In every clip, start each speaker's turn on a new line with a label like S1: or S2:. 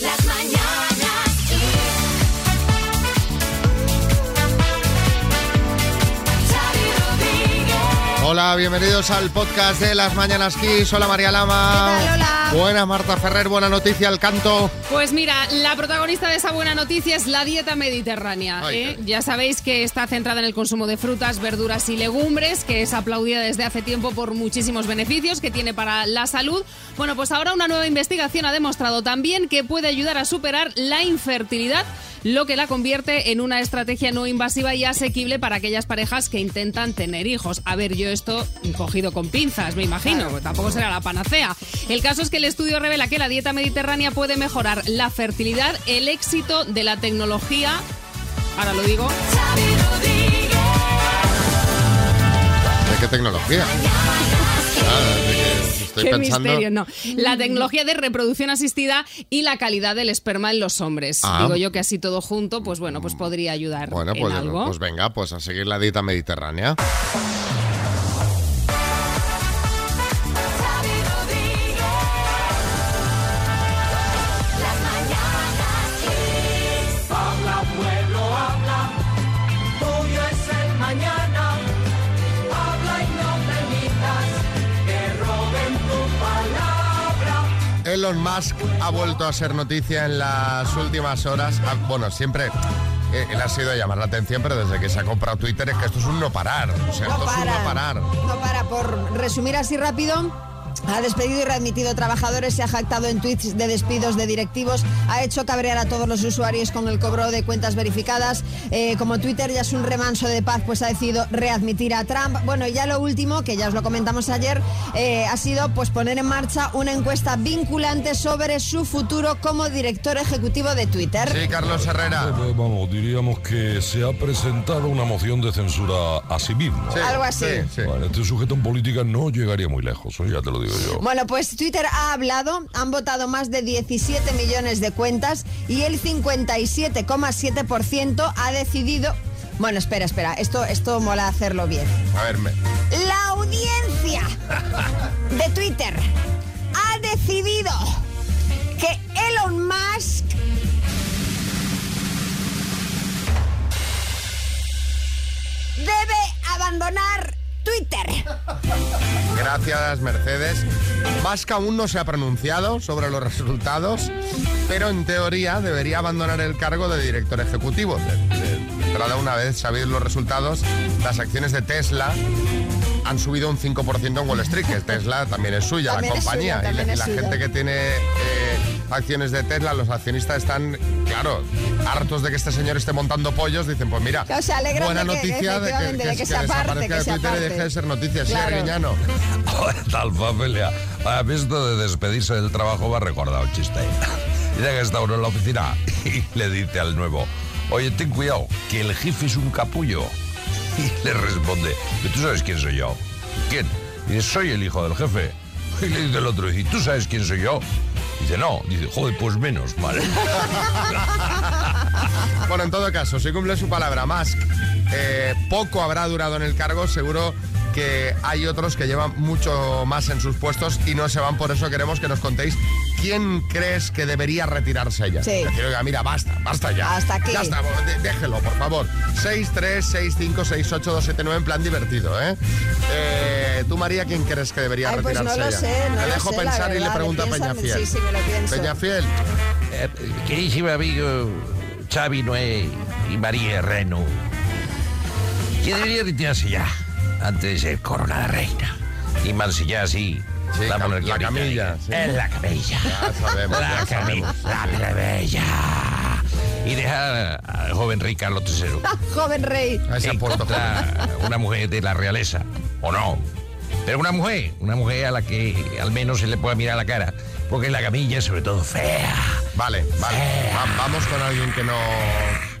S1: las mañanas
S2: Hola, bienvenidos al podcast de las Mañanas Kiss. Hola María Lama.
S3: ¿Qué tal? Hola.
S2: Buenas Marta Ferrer, buena noticia al canto.
S3: Pues mira, la protagonista de esa buena noticia es la dieta mediterránea.
S2: Ay,
S3: ¿eh? Ya sabéis que está centrada en el consumo de frutas, verduras y legumbres, que es aplaudida desde hace tiempo por muchísimos beneficios que tiene para la salud. Bueno, pues ahora una nueva investigación ha demostrado también que puede ayudar a superar la infertilidad, lo que la convierte en una estrategia no invasiva y asequible para aquellas parejas que intentan tener hijos. A ver, yo esto cogido con pinzas, me imagino, porque tampoco será la panacea. El caso es que el estudio revela que la dieta mediterránea puede mejorar la fertilidad, el éxito de la tecnología, ahora lo digo,
S2: ¿De qué tecnología? Ah, de que estoy
S3: Qué
S2: pensando. Mm.
S3: misterio, no. La tecnología de reproducción asistida y la calidad del esperma en los hombres.
S2: Ah.
S3: Digo yo que así todo junto, pues bueno, pues podría ayudar
S2: Bueno, pues,
S3: en algo.
S2: pues venga, pues a seguir la dieta mediterránea.
S4: Habla pueblo, habla, tuyo es el mañana. Habla y no permitas que roben tu palabra.
S2: Elon Musk ha vuelto a ser noticia en las últimas horas. Ah, bueno, siempre eh, él ha sido a llamar la atención, pero desde que se ha comprado Twitter es que esto es un no parar. O sea, esto es un no parar.
S5: No para, por resumir así rápido. Ha despedido y readmitido trabajadores, se ha jactado en tweets de despidos de directivos, ha hecho cabrear a todos los usuarios con el cobro de cuentas verificadas. Eh, como Twitter ya es un remanso de paz, pues ha decidido readmitir a Trump. Bueno, y ya lo último, que ya os lo comentamos ayer, eh, ha sido pues poner en marcha una encuesta vinculante sobre su futuro como director ejecutivo de Twitter.
S2: Sí, Carlos Herrera.
S6: Eh, Vamos, diríamos que se ha presentado una moción de censura a sí mismo.
S2: Sí,
S5: Algo así.
S2: sí, sí.
S6: Bueno, este sujeto en política no llegaría muy lejos, ¿eh? ya te lo digo yo.
S5: Bueno, pues Twitter ha hablado, han votado más de 17 millones de cuentas y el 57,7% ha decidido... Bueno, espera, espera, esto, esto mola hacerlo bien.
S2: A ver, me-
S5: La audiencia de Twitter ha decidido que Elon Musk debe abandonar Twitter.
S2: Gracias, Mercedes. Musk aún no se ha pronunciado sobre los resultados, pero en teoría debería abandonar el cargo de director ejecutivo. De- de entrada, una vez sabidos los resultados, las acciones de Tesla han subido un 5% en Wall Street, que Tesla también es suya,
S5: También
S2: la
S5: es
S2: compañía.
S5: suya,
S2: y la,
S5: también
S2: y la
S5: es suya.
S2: gente que tiene eh, acciones de Tesla, los accionistas están, claro, hartos de que este señor esté montando pollos. Dicen, pues mira,
S5: Claro, se alegran
S2: buena
S5: de que-
S2: noticia de que,
S5: efectivamente, de que se aparte,
S2: desaparezca
S5: que
S2: de
S5: se
S2: Twitter y
S5: aparte.
S2: deje de ser noticia. Sí,
S5: Claro.
S2: Arguiñano.
S6: Ahora tal familia. A mí esto de despedirse del trabajo me ha recordado un chiste. Llega está uno en la oficina y le dice al nuevo, oye, ten cuidado, que el jefe es un capullo. Y le responde, "¿Y ¿tú sabes quién soy yo? ¿Quién? Y dice, soy el hijo del jefe. Y le dice el otro, ¿y tú sabes quién soy yo? Dice, no. Dice, joder, pues menos, ¿vale?
S2: Bueno, en todo caso, si cumple su palabra, Musk eh, poco habrá durado en el cargo, seguro que hay otros que llevan mucho más en sus puestos y no se van, por eso queremos que nos contéis quién crees que debería retirarse ya.
S5: Sí.
S2: Decir, oiga, mira, basta, basta ya.
S5: Hasta aquí.
S2: Ya está, de- déjelo, por favor. 636568279 en plan divertido, ¿eh? Eh, Tú, María, ¿quién crees que debería
S5: Ay, pues
S2: retirarse
S5: no lo
S2: ya?
S5: sé, no
S2: Te
S5: lo
S2: dejo
S5: sé, la
S2: pensar y le
S5: verdad,
S2: pregunto a
S5: piénsame,
S2: Peñafiel.
S5: sí, sí, me lo pienso.
S2: Peñafiel,
S7: Eh, queridísimo amigo Xavi Noé y María Reno, que debería retirarse ya antes de ser coronada reina y mancillar así
S2: Sí,
S7: la
S2: cam-
S7: monarquía
S2: la
S7: británica.
S2: camilla, sí.
S7: En Eh, la camilla.
S2: Ya sabemos, ya
S7: la camilla.
S2: sabemos.
S7: La plebella. Y dejar al joven rey Carlos III.
S5: Joven rey.
S2: a ese
S7: que
S2: puesto.
S7: encontrar una mujer de la realeza, o no. Pero una mujer, una mujer a la que al menos se le pueda mirar la cara, porque la camilla es sobre todo fea.
S2: Vale, vale. Va- vamos con alguien que no.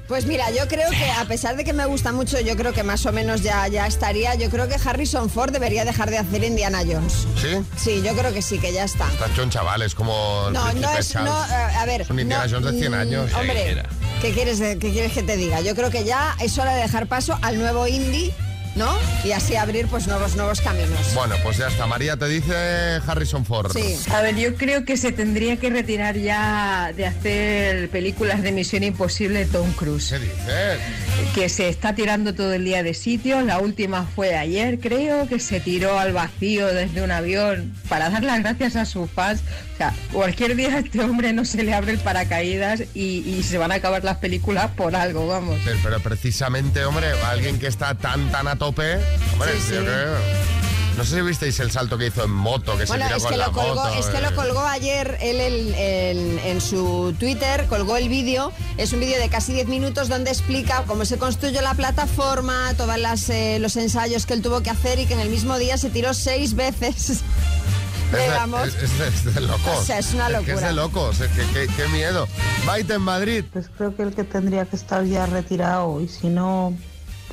S5: Pues mira, yo creo que a pesar de que me gusta mucho, yo creo que más o menos ya, ya estaría. Yo creo que Harrison Ford debería dejar de hacer Indiana Jones.
S2: ¿Sí?
S5: Sí, yo creo que sí, que ya está.
S2: Está choncha, vale, es como. el
S5: No, no
S2: príncipe
S5: es.
S2: Charles.
S5: No, eh, a ver.
S2: Es un Indiana
S5: no,
S2: Jones de 100
S5: mm,
S2: años.
S5: Hombre,
S7: era.
S5: ¿qué quieres, de- ¿qué quieres que te diga? Yo creo que ya es hora de dejar paso al nuevo Indy ¿no? Y así abrir pues nuevos, nuevos caminos.
S2: Bueno, pues ya está. María te dice Harrison Ford.
S5: Sí.
S8: A ver, yo creo que se tendría que retirar ya de hacer películas de Misión Imposible Tom Cruise,
S2: ¿Qué dices?
S8: que se está tirando todo el día de sitios. La última fue ayer, creo, que se tiró al vacío desde un avión para dar las gracias a sus fans. O sea, cualquier día a este hombre no se le abre el paracaídas y, y se van a acabar las películas por algo, vamos.
S2: Pero, pero precisamente, hombre, alguien que está tan, tan a tope. Hombre,
S8: Sí,
S2: yo
S8: sí.
S2: creo- No sé si visteis el salto que hizo en moto, que
S5: Bueno,
S2: se tiró
S5: es
S2: con
S5: que,
S2: la
S5: lo colgó,
S2: moto.
S5: es que lo
S2: eh.
S5: colgó ayer él en, en- en su Twitter, colgó el vídeo, es un vídeo de casi 10 minutos donde explica cómo se construyó la plataforma, todos los ensayos que él tuvo que hacer y que en el mismo día se tiró seis veces.
S2: Es de-
S5: Digamos.
S2: Es, es de- es de locos.
S5: O sea, es una
S2: que es
S5: locura.
S2: de locos. es que- que- qué miedo. Baite en Madrid.
S9: Pues creo que el que tendría que estar ya retirado y si no,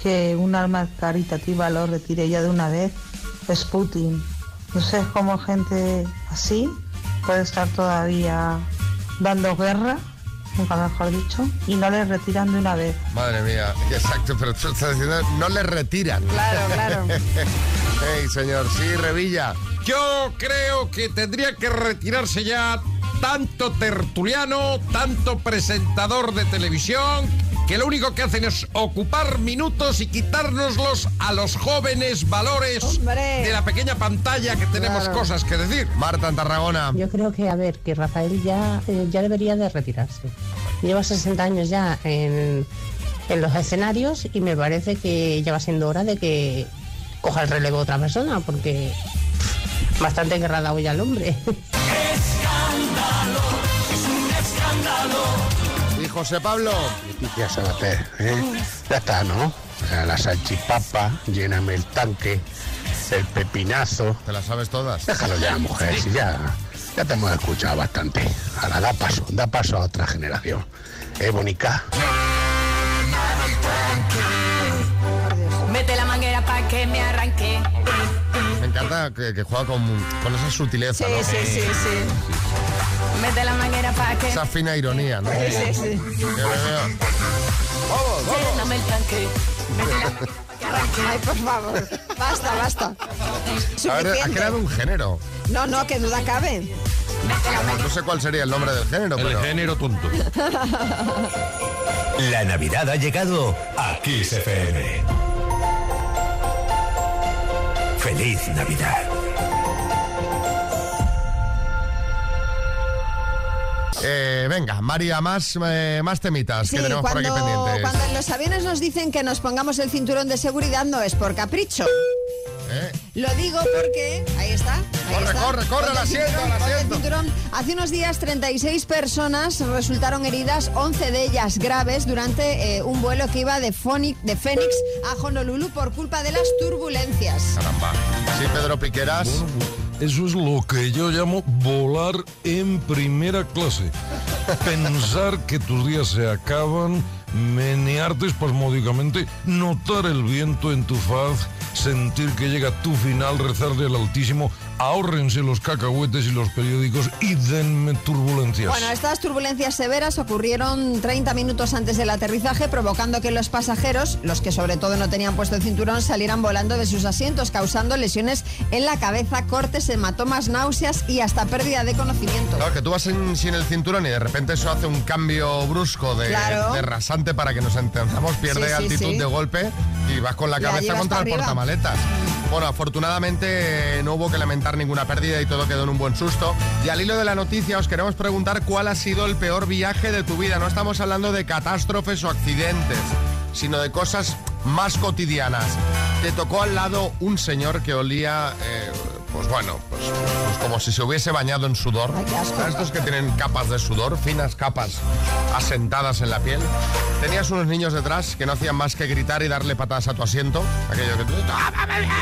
S9: que un alma caritativa lo retire ya de una vez, es Putin. No sé cómo gente así puede estar todavía dando guerra, nunca mejor dicho, y no le retiran de una vez.
S2: Madre mía. Exacto, pero tú estás diciendo, no le retiran.
S5: Claro, claro.
S2: Ey, señor, sí, Revilla.
S7: Yo creo que tendría que retirarse ya tanto tertuliano, tanto presentador de televisión, que lo único que hacen es ocupar minutos y quitárnoslos a los jóvenes valores
S5: Hombre.
S7: de la pequeña pantalla que tenemos
S5: Claro.
S7: cosas que decir.
S2: Marta en Tarragona.
S10: Yo creo que, a ver, que Rafael ya, eh, ya debería de retirarse. Lleva 60 años ya en, en los escenarios y me parece que ya va siendo hora de que coja el relevo otra persona, porque pff, bastante engarrada hoy al hombre.
S2: Y José Pablo.
S11: Ya Sabater, ¿eh? Ya está, ¿no? O sea, la salchipapa, lléname el tanque, el pepinazo.
S2: Te las sabes todas.
S11: Déjalo ya, mujer, si ya, ya te hemos escuchado bastante. Ahora da paso, da paso a otra generación. ¿Eh, Bonica?
S12: Mete la manguera para que me arranque.
S2: Me encanta que, que juega con, con esa sutileza, ¿no?
S5: sí, sí, sí.
S12: Mete la manguera para que
S2: Esa fina ironía, ¿no?
S5: sí, sí.
S2: Yo me veo.
S12: lléname el tanque.
S5: Ay, por favor. Basta, basta.
S2: A ver, ha
S5: Suficiente.
S2: creado un género.
S5: No, no, que duda cabe.
S2: No sé cuál sería el nombre del género, pero.
S7: género tonto.
S13: La Navidad ha llegado a Kiss FM. Feliz Navidad.
S2: Eh, venga, María, más, eh, más temitas
S5: Sí,
S2: que tenemos por aquí
S5: cuando,
S2: pendientes.
S5: cuando en los aviones nos dicen que nos pongamos el cinturón de seguridad no es por capricho.
S2: Eh,
S5: Lo digo porque. Ahí está. ahí
S2: Corre,
S5: está.
S2: corre, corre, al
S5: Ponte el
S2: asiento,
S5: cinturón,
S2: al
S5: ponte el
S2: asiento.
S5: cinturón. Hace unos días, 36 personas resultaron heridas, 11 de ellas graves, durante eh, un vuelo que iba de, Foni- de Fénix a Honolulu por culpa de las turbulencias.
S2: caramba. Sí, Pedro Piqueras.
S14: Eso es lo que yo llamo volar en primera clase. Pensar que tus días se acaban, menearte espasmódicamente, notar el viento en tu faz, sentir que llega tu final, rezarle al Altísimo, ahórrense los cacahuetes y los periódicos y denme turbulencias.
S5: Bueno, estas turbulencias severas ocurrieron 30 minutos antes del aterrizaje, provocando que los pasajeros, los que sobre todo no tenían puesto el cinturón, salieran volando de sus asientos, causando lesiones en la cabeza, cortes, hematomas, náuseas y hasta pérdida de conocimiento.
S2: Claro, que tú vas sin, sin el cinturón y de repente eso hace un cambio brusco de,
S5: Claro.
S2: de rasante para que nos entendamos, pierde
S5: Sí, sí,
S2: altitud
S5: sí.
S2: de golpe y vas con la
S5: Ya
S2: cabeza
S5: llegas
S2: contra el
S5: para arriba.
S2: portamaletas. Bueno, afortunadamente eh, no hubo que lamentar ninguna pérdida y todo quedó en un buen susto. Y al hilo de la noticia os queremos preguntar cuál ha sido el peor viaje de tu vida. No estamos hablando de catástrofes o accidentes, sino de cosas más cotidianas. Te tocó al lado un señor que olía, eh, pues bueno, pues, pues como si se hubiese bañado en sudor.
S5: Ay, qué asco.
S2: ¿Sabes estos que tienen capas de sudor, finas capas asentadas en la piel. Tenías unos niños detrás que no hacían más que gritar y darle patadas a tu asiento. Aquello que tú...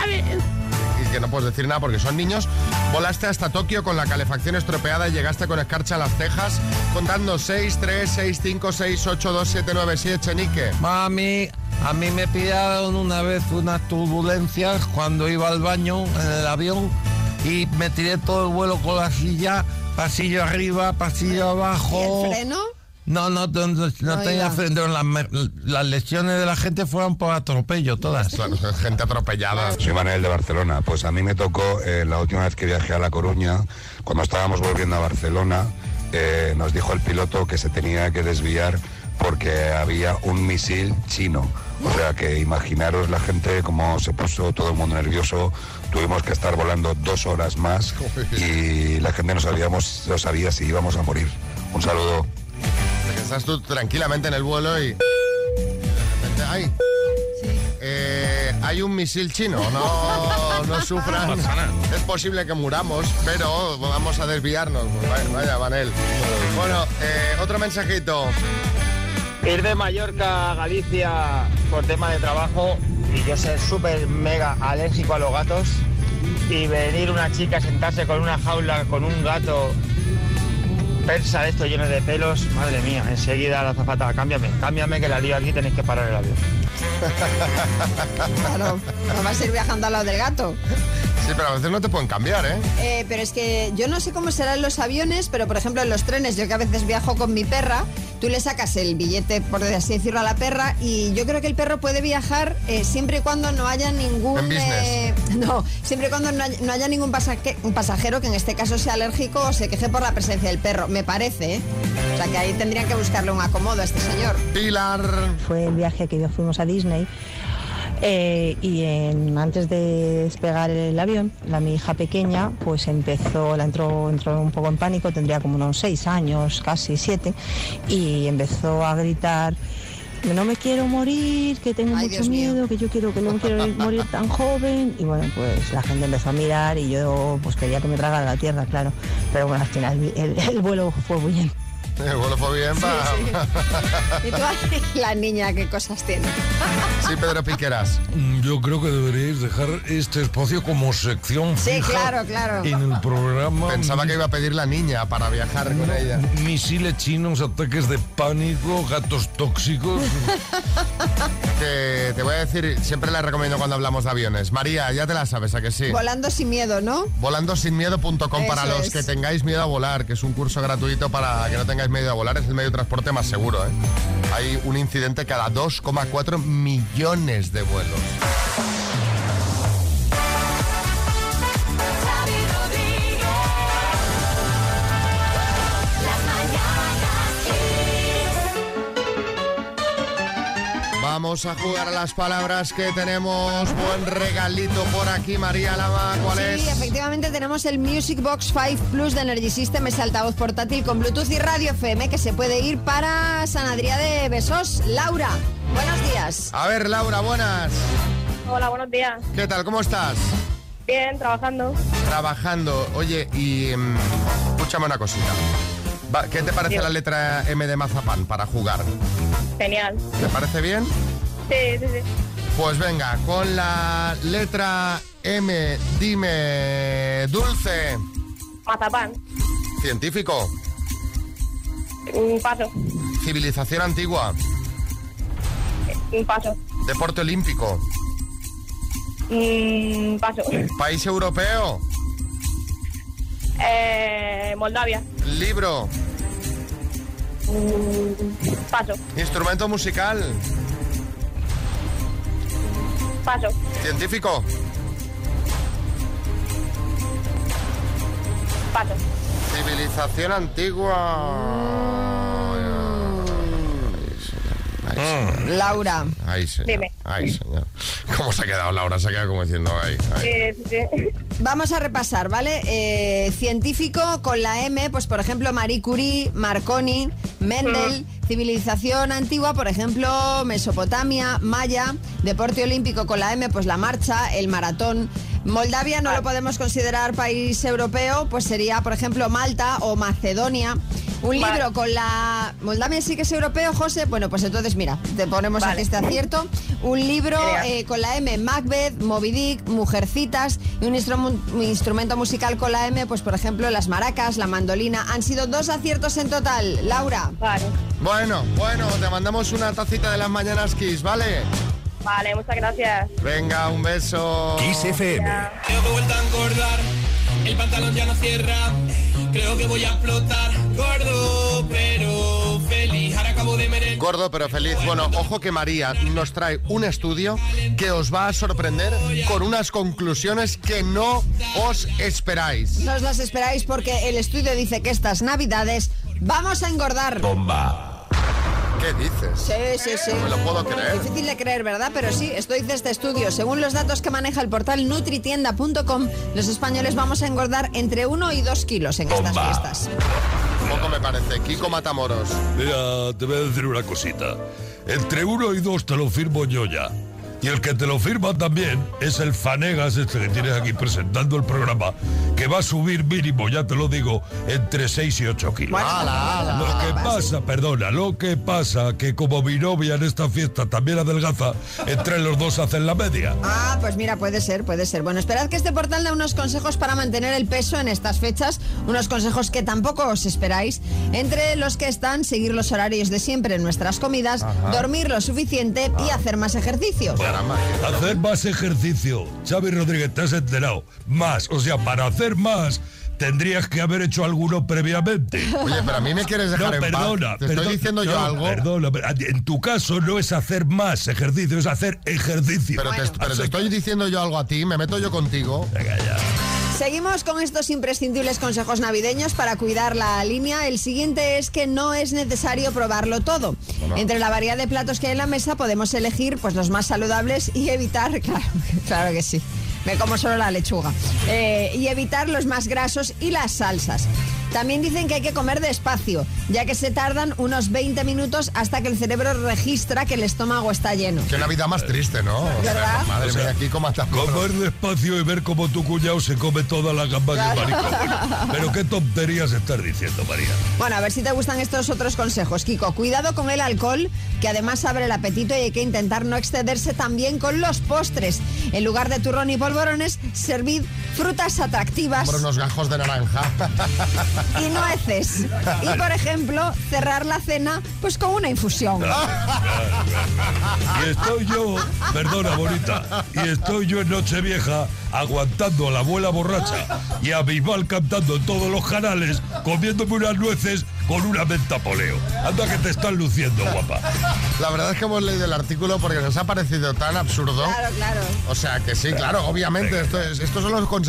S2: Y que no puedes decir nada porque son niños. Volaste hasta Tokio con la calefacción estropeada y llegaste con escarcha a las cejas contando 6, 3, 6, 5, 6, 8, 2, 7, 9, 7, Chenique.
S7: Mami, a mí me pillaron una vez unas turbulencias cuando iba al baño en el avión y me tiré todo el vuelo con la silla, pasillo arriba, pasillo
S5: ¿Y
S7: abajo.
S5: el freno?
S15: No, no, no, no, no tenía frente. Las, me- las lesiones de la gente fueron por atropello, todas.
S2: gente atropellada.
S16: Soy Manuel de Barcelona. Pues a mí me tocó eh, la última vez que viajé a La Coruña, cuando estábamos volviendo a Barcelona, eh, nos dijo el piloto que se tenía que desviar porque había un misil chino. O sea que imaginaros la gente cómo se puso todo el mundo nervioso. Tuvimos que estar volando dos horas más y la gente no sabíamos, no sabía si íbamos a morir. Un saludo.
S2: Que Estás tú tranquilamente en el vuelo y... de repente, ¡Ay! Eh, hay un misil chino, no, no sufran. Es posible que muramos, pero vamos a desviarnos. Vaya, vaya Vanel. Bueno, eh, otro mensajito.
S17: Ir de Mallorca a Galicia por tema de trabajo y yo ser súper mega alérgico a los gatos y venir una chica a sentarse con una jaula con un gato persa de estos llenos de pelos, madre mía, enseguida la zafata, cámbiame, cámbiame que la lío aquí, tenéis que parar el avión.
S5: Claro, no vas a ir viajando al lado del gato.
S2: Sí, pero a veces no te pueden cambiar, ¿eh?
S5: Eh, pero es que yo no sé cómo será en los aviones, pero por ejemplo en los trenes, yo que a veces viajo con mi perra, tú le sacas el billete, por así decirlo, a la perra y yo creo que el perro puede viajar eh, siempre y cuando no haya ningún...
S2: En business.
S5: eh, no, siempre y cuando no haya, no haya ningún pasaje- un pasajero que en este caso sea alérgico o se queje por la presencia del perro, me parece. ¿eh? O sea que ahí tendrían que buscarle un acomodo a este señor.
S2: Pilar.
S9: Fue el viaje que yo fuimos a Disney. eh, y en- antes de despegar el avión, la mi hija pequeña, pues empezó, la entró, entró un poco en pánico, tendría como unos seis años, casi siete, y empezó a gritar. No me quiero morir, que tengo mucho miedo, que yo quiero que no me quiero morir tan joven. Y bueno, pues la gente empezó a mirar y yo pues quería que me tragara la tierra, claro. Pero bueno, al final el, el vuelo fue muy bien.
S2: El vuelo fue bien, pa.
S5: Y tú, ay, la niña, qué cosas tiene.
S2: Sí, Pedro Piqueras.
S6: Mm, Yo creo que deberíais dejar este espacio como sección
S5: Sí,
S6: fija
S5: claro, claro.
S6: en el programa.
S2: Pensaba que iba a pedir la niña para viajar con ella.
S6: Misiles chinos, ataques de pánico, gatos tóxicos.
S2: Que te voy a decir, siempre la recomiendo cuando hablamos de aviones. María, ya te la sabes, ¿a que sí?
S5: Volando sin miedo, ¿no?
S2: Volandosinmiedo.com para
S5: Eso
S2: los
S5: es.
S2: que tengáis miedo a volar, que es un curso gratuito para que no tengáis miedo a volar, es el medio de transporte más seguro. ¿eh? Hay un incidente cada 2,4 millones de vuelos. Vamos a jugar a las palabras que tenemos. Buen regalito por aquí, María Lama. ¿Cuál es?
S5: Sí, efectivamente tenemos el Music Box 5 Plus de Energy System, ese altavoz portátil con Bluetooth y radio FM que se puede ir para San Adrià de Besós. Laura, buenos días.
S2: A ver, Laura, buenas.
S8: Hola, buenos días.
S2: ¿Qué tal? ¿Cómo estás?
S8: Bien, trabajando.
S2: Trabajando. Oye, y mm, escúchame una cosita. Va, ¿Qué te parece
S8: Dime.
S2: la letra M de Mazapán para jugar?
S8: Genial.
S2: ¿Te parece bien?
S8: Sí, sí, sí.
S2: Pues venga, con la letra M, dime, dulce,
S8: Mazapán.
S2: científico,
S8: Un paso.
S2: civilización antigua,
S8: Un paso.
S2: deporte olímpico,
S8: Un paso.
S2: país europeo,
S8: Eh, Moldavia.
S2: libro,
S8: Un paso.
S2: instrumento musical,
S8: Paso.
S2: científico,
S8: Paso.
S2: civilización antigua. Ay, señor.
S5: Laura.
S2: Ay, señor.
S5: Dime.
S2: Ay, señor. ¿Cómo se ha quedado Laura? Se ha quedado como diciendo, ay, ay.
S5: Eh, Vamos a repasar, ¿vale? Eh, científico con la M, pues por ejemplo Marie Curie, Marconi, Mendel,
S8: Mm.
S5: civilización antigua, por ejemplo Mesopotamia, Maya, deporte olímpico con la M, pues la marcha, el maratón. Moldavia
S8: Ah.
S5: no lo podemos considerar país europeo, pues sería por ejemplo Malta o Macedonia. Un
S8: Vale.
S5: libro con la... Moldavia sí que es europeo, José. Bueno, pues entonces mira, te ponemos
S8: Vale.
S5: aquí este acierto. Un libro eh, con la M, Macbeth, Moby Dick, Mujercitas. Y un instrum- un instrumento musical con la M, pues por ejemplo las maracas, la mandolina. Han sido dos aciertos en total. Laura.
S2: Bueno, bueno, te mandamos una tacita de las mañanas Kiss, ¿vale?
S8: Vale, Eh, muchas gracias.
S2: Venga, un beso.
S14: Kiss FM.
S18: Creo que he vuelto a engordar, el pantalón ya no cierra. Creo que voy a explotar, gordo pero feliz.
S2: Gordo pero feliz. Bueno, ojo que María nos trae un estudio que os va a sorprender con unas conclusiones que no os esperáis.
S5: No os las esperáis porque el estudio dice que estas navidades vamos a engordar.
S2: Bomba. ¿Qué dices?
S5: Sí, sí, sí.
S2: No me lo puedo creer.
S5: Difícil de creer, ¿verdad? Pero sí, esto dice este estudio. Según los datos que maneja el portal nutritienda.com, los españoles vamos a engordar entre 1 y 2 kilos en estas
S6: Bomba.
S5: fiestas.
S2: Poco me parece. Kiko Matamoros.
S6: Mira, te voy a decir una cosita. Entre uno y dos te lo firmo yo ya. Y el que te lo firma también es el Fanegas, este que tienes aquí presentando el programa, que va a subir mínimo, ya te lo digo, entre 6 y 8 kilos.
S5: Bueno, Ala, ala.
S6: Lo que pasa, perdona, lo que pasa, que como mi novia en esta fiesta también adelgaza, entre los dos hacen la media.
S5: Ah, pues mira, puede ser, puede ser. Bueno, esperad que este portal da unos consejos para mantener el peso en estas fechas, unos consejos que tampoco os esperáis, entre los que están seguir los horarios de siempre en nuestras comidas,
S6: Ajá.
S5: dormir lo suficiente y hacer más ejercicio.
S6: Hacer más ejercicio. Xavi Rodríguez, te has enterado. Más. O sea, para hacer más tendrías que haber hecho alguno previamente.
S2: Oye, pero a mí me quieres dejar
S6: no,
S2: en paz.
S6: perdona,
S2: Te estoy
S6: perdón-
S2: diciendo yo
S6: no,
S2: algo.
S6: Perdona, pero en tu caso no es hacer más ejercicio, es hacer ejercicio.
S2: Pero, te, pero te estoy diciendo yo algo a ti, me meto yo contigo.
S5: Seguimos con estos imprescindibles consejos navideños para cuidar la línea. El siguiente es que no es necesario probarlo todo.
S2: Hola.
S5: Entre la variedad de platos que hay en la mesa podemos elegir pues los más saludables y evitar, claro, claro que sí. Me como solo la lechuga. Eh, y evitar los más grasos y las salsas. También dicen que hay que comer despacio, ya que se tardan unos 20 minutos hasta que el cerebro registra que el estómago está lleno.
S2: Qué Navidad más triste, ¿no? O sea,
S5: ¿Verdad?
S2: madre
S6: O sea,
S2: mía, aquí como hasta
S6: Comer despacio y ver cómo tu cuñado se come toda la gamba
S5: Claro.
S6: de maricón. Pero qué tonterías estás diciendo, María.
S5: Bueno, a ver si te gustan estos otros consejos, Kiko. Cuidado con el alcohol, que además abre el apetito y hay que intentar no excederse también con los postres. En lugar de turrón y polvorones, servid frutas atractivas
S2: por unos gajos de naranja.
S5: y nueces. Y, por ejemplo, cerrar la cena pues con una infusión.
S6: Y estoy yo, perdona bonita, y estoy yo en Nochevieja aguantando a la abuela borracha y a Bisbal cantando en todos los canales, comiéndome unas nueces con una menta poleo. Anda que te estás luciendo, guapa.
S2: La verdad es que hemos leído el artículo porque nos ha parecido tan absurdo.
S5: Claro, claro.
S2: O sea que sí, claro, obviamente, esto es- estos son los consejos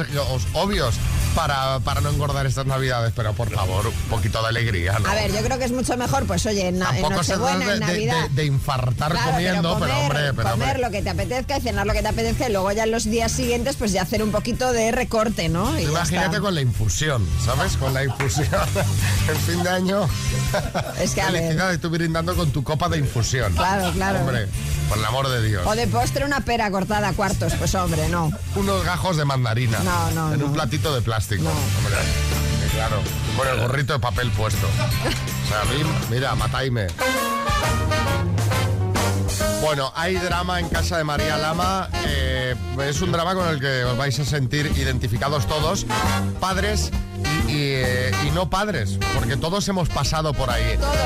S2: obvios para, para no engordar estas navidades, pero por favor, un poquito de alegría, ¿no?
S5: A ver, yo creo que es mucho mejor, pues oye, en, na- en
S2: Tampoco se trata
S5: Nochebuena,
S2: de,
S5: en
S2: de-
S5: Navidad.
S2: de- de infartar
S5: Claro,
S2: comiendo, pero,
S5: comer,
S2: hombre, pero hombre.
S5: comer lo que te apetezca y cenar lo que te apetezca y luego ya en los días siguientes pues ya hacer un poquito de recorte, ¿no? Y ya está.
S2: Imagínate con la infusión, ¿sabes? Con la infusión. El fin de año.
S5: Es que, a ver.
S2: Felicidades, tú brindando con tu copa de infusión.
S5: Claro, claro.
S2: Hombre, por el amor de Dios.
S5: O de postre una pera cortada a cuartos, pues hombre, no.
S2: Unos gajos de mandarina.
S5: No, no,
S2: En
S5: no.
S2: un platito de plástico. Hombre, que claro. Con el gorrito de papel puesto. O sea, a mí, mira, mataime. Bueno, hay drama en casa de María Lama. eh, es un drama con el que os vais a sentir identificados todos, padres y, eh, y no padres, porque todos hemos pasado por ahí.
S5: Todos.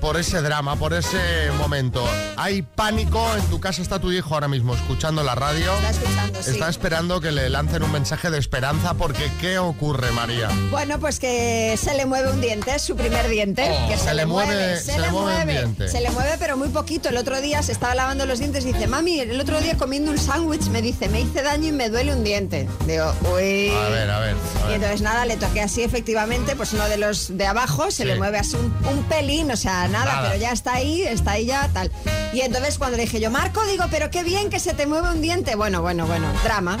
S2: por ese drama, por ese momento. Hay pánico, en tu casa está tu hijo ahora mismo escuchando la radio.
S5: Está escuchando, Pues sí.
S2: Está esperando que le lancen un mensaje de esperanza, porque ¿qué ocurre, María?
S5: Bueno, pues que se le mueve un diente, es su primer diente.
S2: Oh,
S5: que se, le mueve, se, le
S2: mueve un
S5: mueve.
S2: diente.
S5: Se le mueve, pero muy poquito. El otro día se estaba lavando los dientes y dice, mami, el otro día comiendo un sándwich me dice, me hice daño y me duele un diente. Digo, uy.
S2: A ver, a ver. a
S5: Y
S2: ver.
S5: entonces nada, le toqué así efectivamente, pues uno de los de abajo se
S2: Sí.
S5: le mueve así un, un pelín, o sea, nada,
S2: Nada.
S5: pero ya está ahí, está ahí ya, tal. Y entonces cuando le dije yo, Marco, digo, pero qué bien que se te mueve un diente. Bueno, bueno, bueno, drama,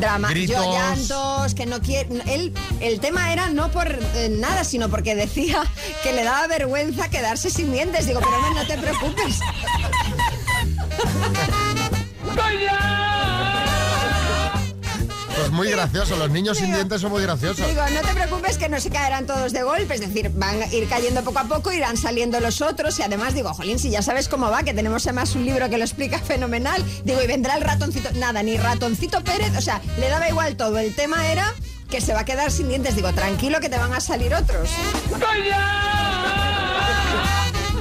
S5: drama.
S2: Gritos.
S5: Yo llantos, que no quiere... Él, el tema era no por eh, nada, sino porque decía que le daba vergüenza quedarse sin dientes. Digo, pero no, no te preocupes.
S2: Pues muy gracioso, los niños sin dientes son muy graciosos.
S5: Digo, no te preocupes que no se caerán todos de golpe, es decir, van a ir cayendo poco a poco, irán saliendo los otros y además digo, jolín, si ya sabes cómo va, que tenemos además un libro que lo explica fenomenal, digo, y vendrá el ratoncito, nada, ni ratoncito Pérez, o sea, le daba igual todo, el tema era que se va a quedar sin dientes, digo, tranquilo que te van a salir otros.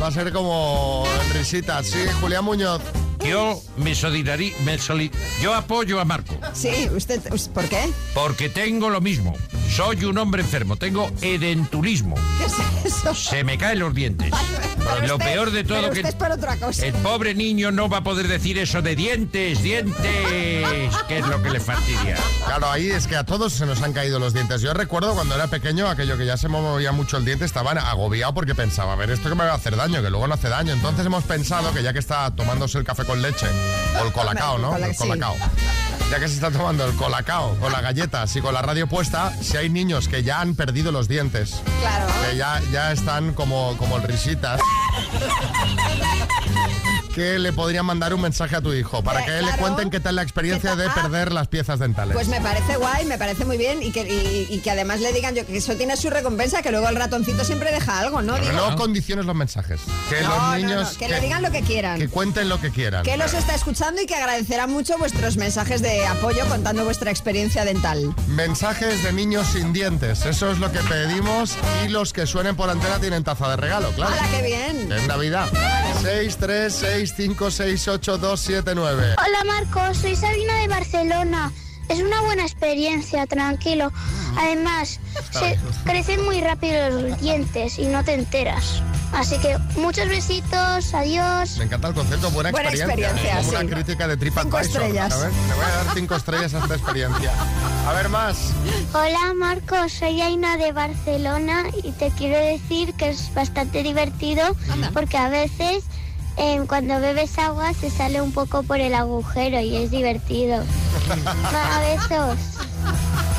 S2: Va a ser como en risitas, sí, Julián Muñoz.
S7: Yo me solidarí, me soli- yo apoyo a Marco,
S5: Sí, usted, ¿por qué?
S7: porque tengo lo mismo. Soy un hombre enfermo, tengo edentulismo.
S5: ¿Qué es eso?
S7: Se me caen los dientes.
S5: pero
S6: Lo
S5: usted-
S6: peor de todo
S5: pero
S6: que Eh,
S5: usted es para otra cosa.
S6: el pobre niño no va a poder decir eso de dientes, dientes, que es lo que le fastidia.
S2: Claro, ahí es que a todos se nos han caído los dientes. Yo recuerdo cuando era pequeño, aquello que ya se movía mucho el diente, estaban agobiado porque pensaba, a ver, esto que me va a hacer daño, que luego no hace daño. Entonces hemos pensado que ya que está tomándose el café con leche, o el colacao, ¿no?
S5: Cola-
S2: El
S5: sí.
S2: colacao. Ya que se está tomando el colacao con la galleta, y con la radio puesta, si hay niños que ya han perdido los dientes,
S5: Claro.
S2: que ya, ya están como, como el risitas, que le podrían mandar un mensaje a tu hijo para
S5: Eh,
S2: que le
S5: claro. ah.
S2: cuenten qué tal la experiencia de perder las piezas dentales.
S5: Pues me parece guay, me parece muy bien y que, y- y que además le digan yo que eso tiene su recompensa, que luego el ratoncito siempre deja algo, ¿no? Digo,
S2: No, condiciones los mensajes. Que
S5: No, no,
S2: los
S5: no,
S2: niños.
S5: que le digan lo que quieran.
S2: Que cuenten lo que quieran.
S5: que los está escuchando y que agradecerá mucho vuestros mensajes de apoyo contando vuestra experiencia dental.
S2: Mensajes de niños sin dientes. Eso es lo que pedimos. Y los que suenen por antena tienen taza de regalo, claro.
S5: ¡Hala, qué bien!
S2: En Navidad. 6, 3, 6, 5, 6, 8, 2, 7, 9.
S19: Hola Marcos, soy Sabina de Barcelona. Es una buena experiencia, tranquilo. Además,
S2: Ah. Está
S19: se
S2: bien.
S19: crecen muy rápido los dientes y no te enteras. Así que muchos besitos, adiós.
S2: Me encanta el concepto, buena
S19: Buena
S2: experiencia.
S19: experiencia,
S2: Como
S19: sí.
S2: una crítica de
S19: Cinco
S2: TripAdvisor.
S19: estrellas.
S2: ¿sabes? Le voy a dar cinco estrellas a esta experiencia. A ver, más.
S19: Hola Marcos, soy Aina de Barcelona y te quiero decir que es bastante divertido porque a veces eh, cuando bebes agua se sale un poco por el agujero y es divertido. Va, besos.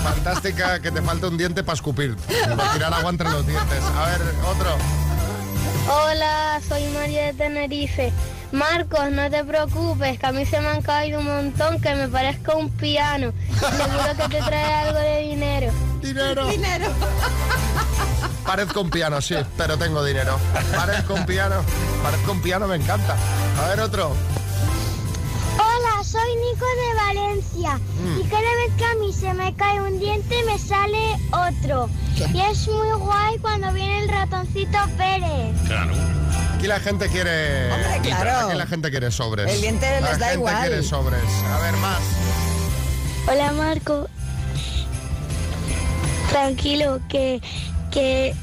S2: Fantástica que te falta un diente para escupir. Para tirar agua entre los dientes. A ver, otro.
S19: Hola, soy María de Tenerife. Marcos, no te preocupes, que a mí se me han caído un montón, que me parezco un piano. Seguro que te trae algo de dinero.
S2: Dinero.
S5: Dinero.
S2: Parezco un piano, sí, pero tengo dinero. Parezco un piano. Parezco un piano, me encanta. A ver, otro.
S19: Hola, soy Nico de Valencia. Y cada vez que a mí se me cae un diente, me sale otro. Y es muy guay cuando viene el ratoncito Pérez.
S2: Claro. Aquí la gente quiere.
S19: Hombre, claro.
S2: Aquí la gente quiere sobres.
S19: El diente les
S2: la
S19: da
S2: gente
S19: igual.
S2: quiere sobres. A ver, más.
S19: Hola Marco. Tranquilo, que, que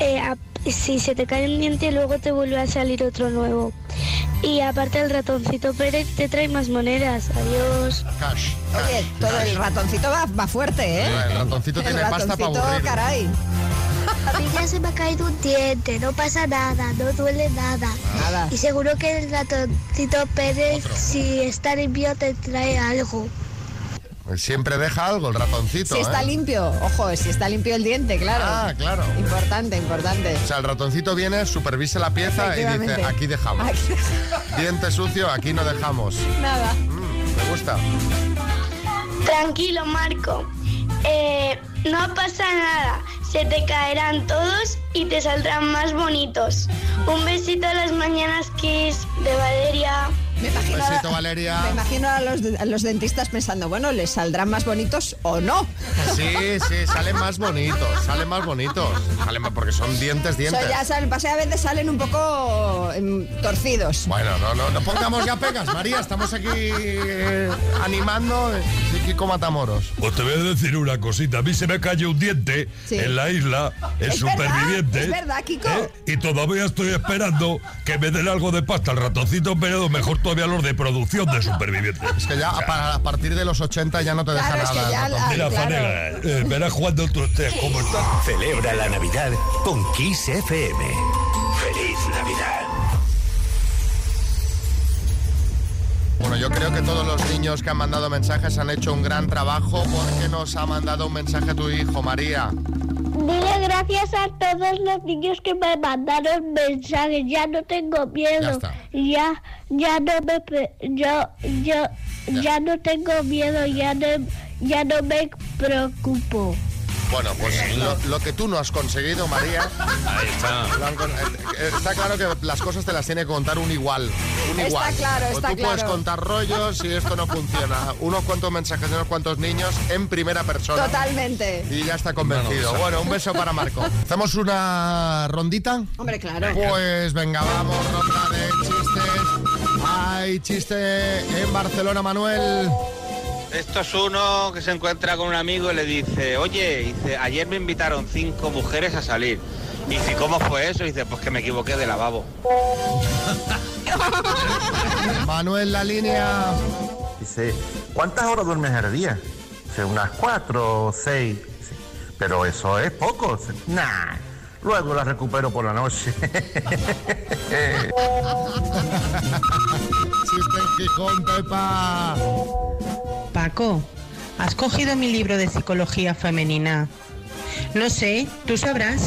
S19: eh, a- si se te cae un diente luego te vuelve a salir otro nuevo. Y aparte el ratoncito Pérez te trae más monedas. Adiós.
S2: Cash.
S5: Oye, Eh, todo el ratoncito va, va fuerte, ¿eh?
S2: El ratoncito
S5: El
S2: tiene pasta para
S5: ratoncito,
S2: aburrir.
S5: caray.
S19: A mí ya se me ha caído un diente, no pasa nada, no duele nada.
S5: Nada.
S19: Y seguro que el ratoncito Pérez, si está limpio, te trae algo.
S2: Siempre deja algo el ratoncito.
S5: Si está
S2: ¿eh?
S5: limpio, ojo, si está limpio el diente, claro.
S2: Ah, claro.
S5: Importante, importante.
S2: O sea, el ratoncito viene, supervisa la pieza y dice,
S5: Efectivamente.
S2: aquí dejamos.
S5: Aquí
S2: Diente sucio, aquí no dejamos.
S5: Nada.
S2: Me gusta.
S19: Tranquilo, Marco. Eh, no pasa nada. Se te caerán todos y te saldrán más bonitos. Un besito a las mañanas, Kiss, de Valeria.
S5: Me imagino,
S2: Besito, Valeria.
S5: me imagino a los, a los dentistas pensando, bueno, ¿les saldrán más bonitos o no?
S2: Sí, sí, salen más bonitos, salen más bonitos. Salen más- porque son dientes, dientes.
S5: Eso ya saben, pasa que a veces salen un poco em, torcidos.
S2: Bueno, no, no, no pongamos ya pegas, María. Estamos aquí eh, animando. eh, sí, Kiko Matamoros.
S6: Pues
S20: Os te voy a decir una cosita. A mí se me cayó un diente
S2: Sí.
S20: en la isla, el
S5: Es verdad,
S20: superviviente.
S5: es verdad, Kiko.
S20: ¿eh? Y todavía estoy esperando que me den algo de pasta al ratoncito Pérez, mejor todavía los de producción de supervivientes.
S2: Es que ya a, pa- a partir de los 80 ya no te dejan nada. el ratón.
S20: Mira, Fanega, eh, verás cuando tú estés como estás.
S14: Celebra la Navidad con Kiss FM. Feliz Navidad.
S2: Bueno, yo creo que todos los niños que han mandado mensajes han hecho un gran trabajo porque nos ha mandado un mensaje tu hijo, María.
S19: Dile gracias a todos los niños que me mandaron mensajes. Ya no tengo
S2: Ya
S19: miedo.
S2: está.
S19: Ya, ya no me, pre- yo, yo, ya. no tengo miedo. Ya no, ya no me preocupo.
S2: Bueno, pues lo, lo que tú no has conseguido, María.
S6: Ahí está.
S2: lo han con- eh, eh, Está claro que las cosas te las tiene que contar un igual. Un
S5: Está
S2: igual.
S5: claro,
S2: O
S5: está
S2: tú puedes
S5: claro.
S2: contar rollos y esto no funciona. Unos cuantos mensajes de unos cuantos niños en primera persona.
S5: Totalmente.
S2: Y ya está convencido.
S6: Bueno,
S2: Bueno, un beso para Marco. ¿Hacemos una rondita?
S5: Hombre, claro.
S2: Pues venga, vamos, ronda de chistes. Hay chiste en Barcelona, Manuel.
S21: Esto es uno que se encuentra con un amigo y le dice, oye, dice, ayer me invitaron cinco mujeres a salir. Y dice, ¿cómo fue eso? Y dice, pues que me equivoqué de lavabo.
S2: Manuel, la línea.
S22: Dice, ¿cuántas horas duermes al día? Dice, unas cuatro o seis. Dice, Pero eso es poco. Dice, nah, luego las recupero por la noche.
S2: Chiste en Gijón, Pepa.
S23: Paco, has cogido mi libro de psicología femenina. No sé, tú sabrás.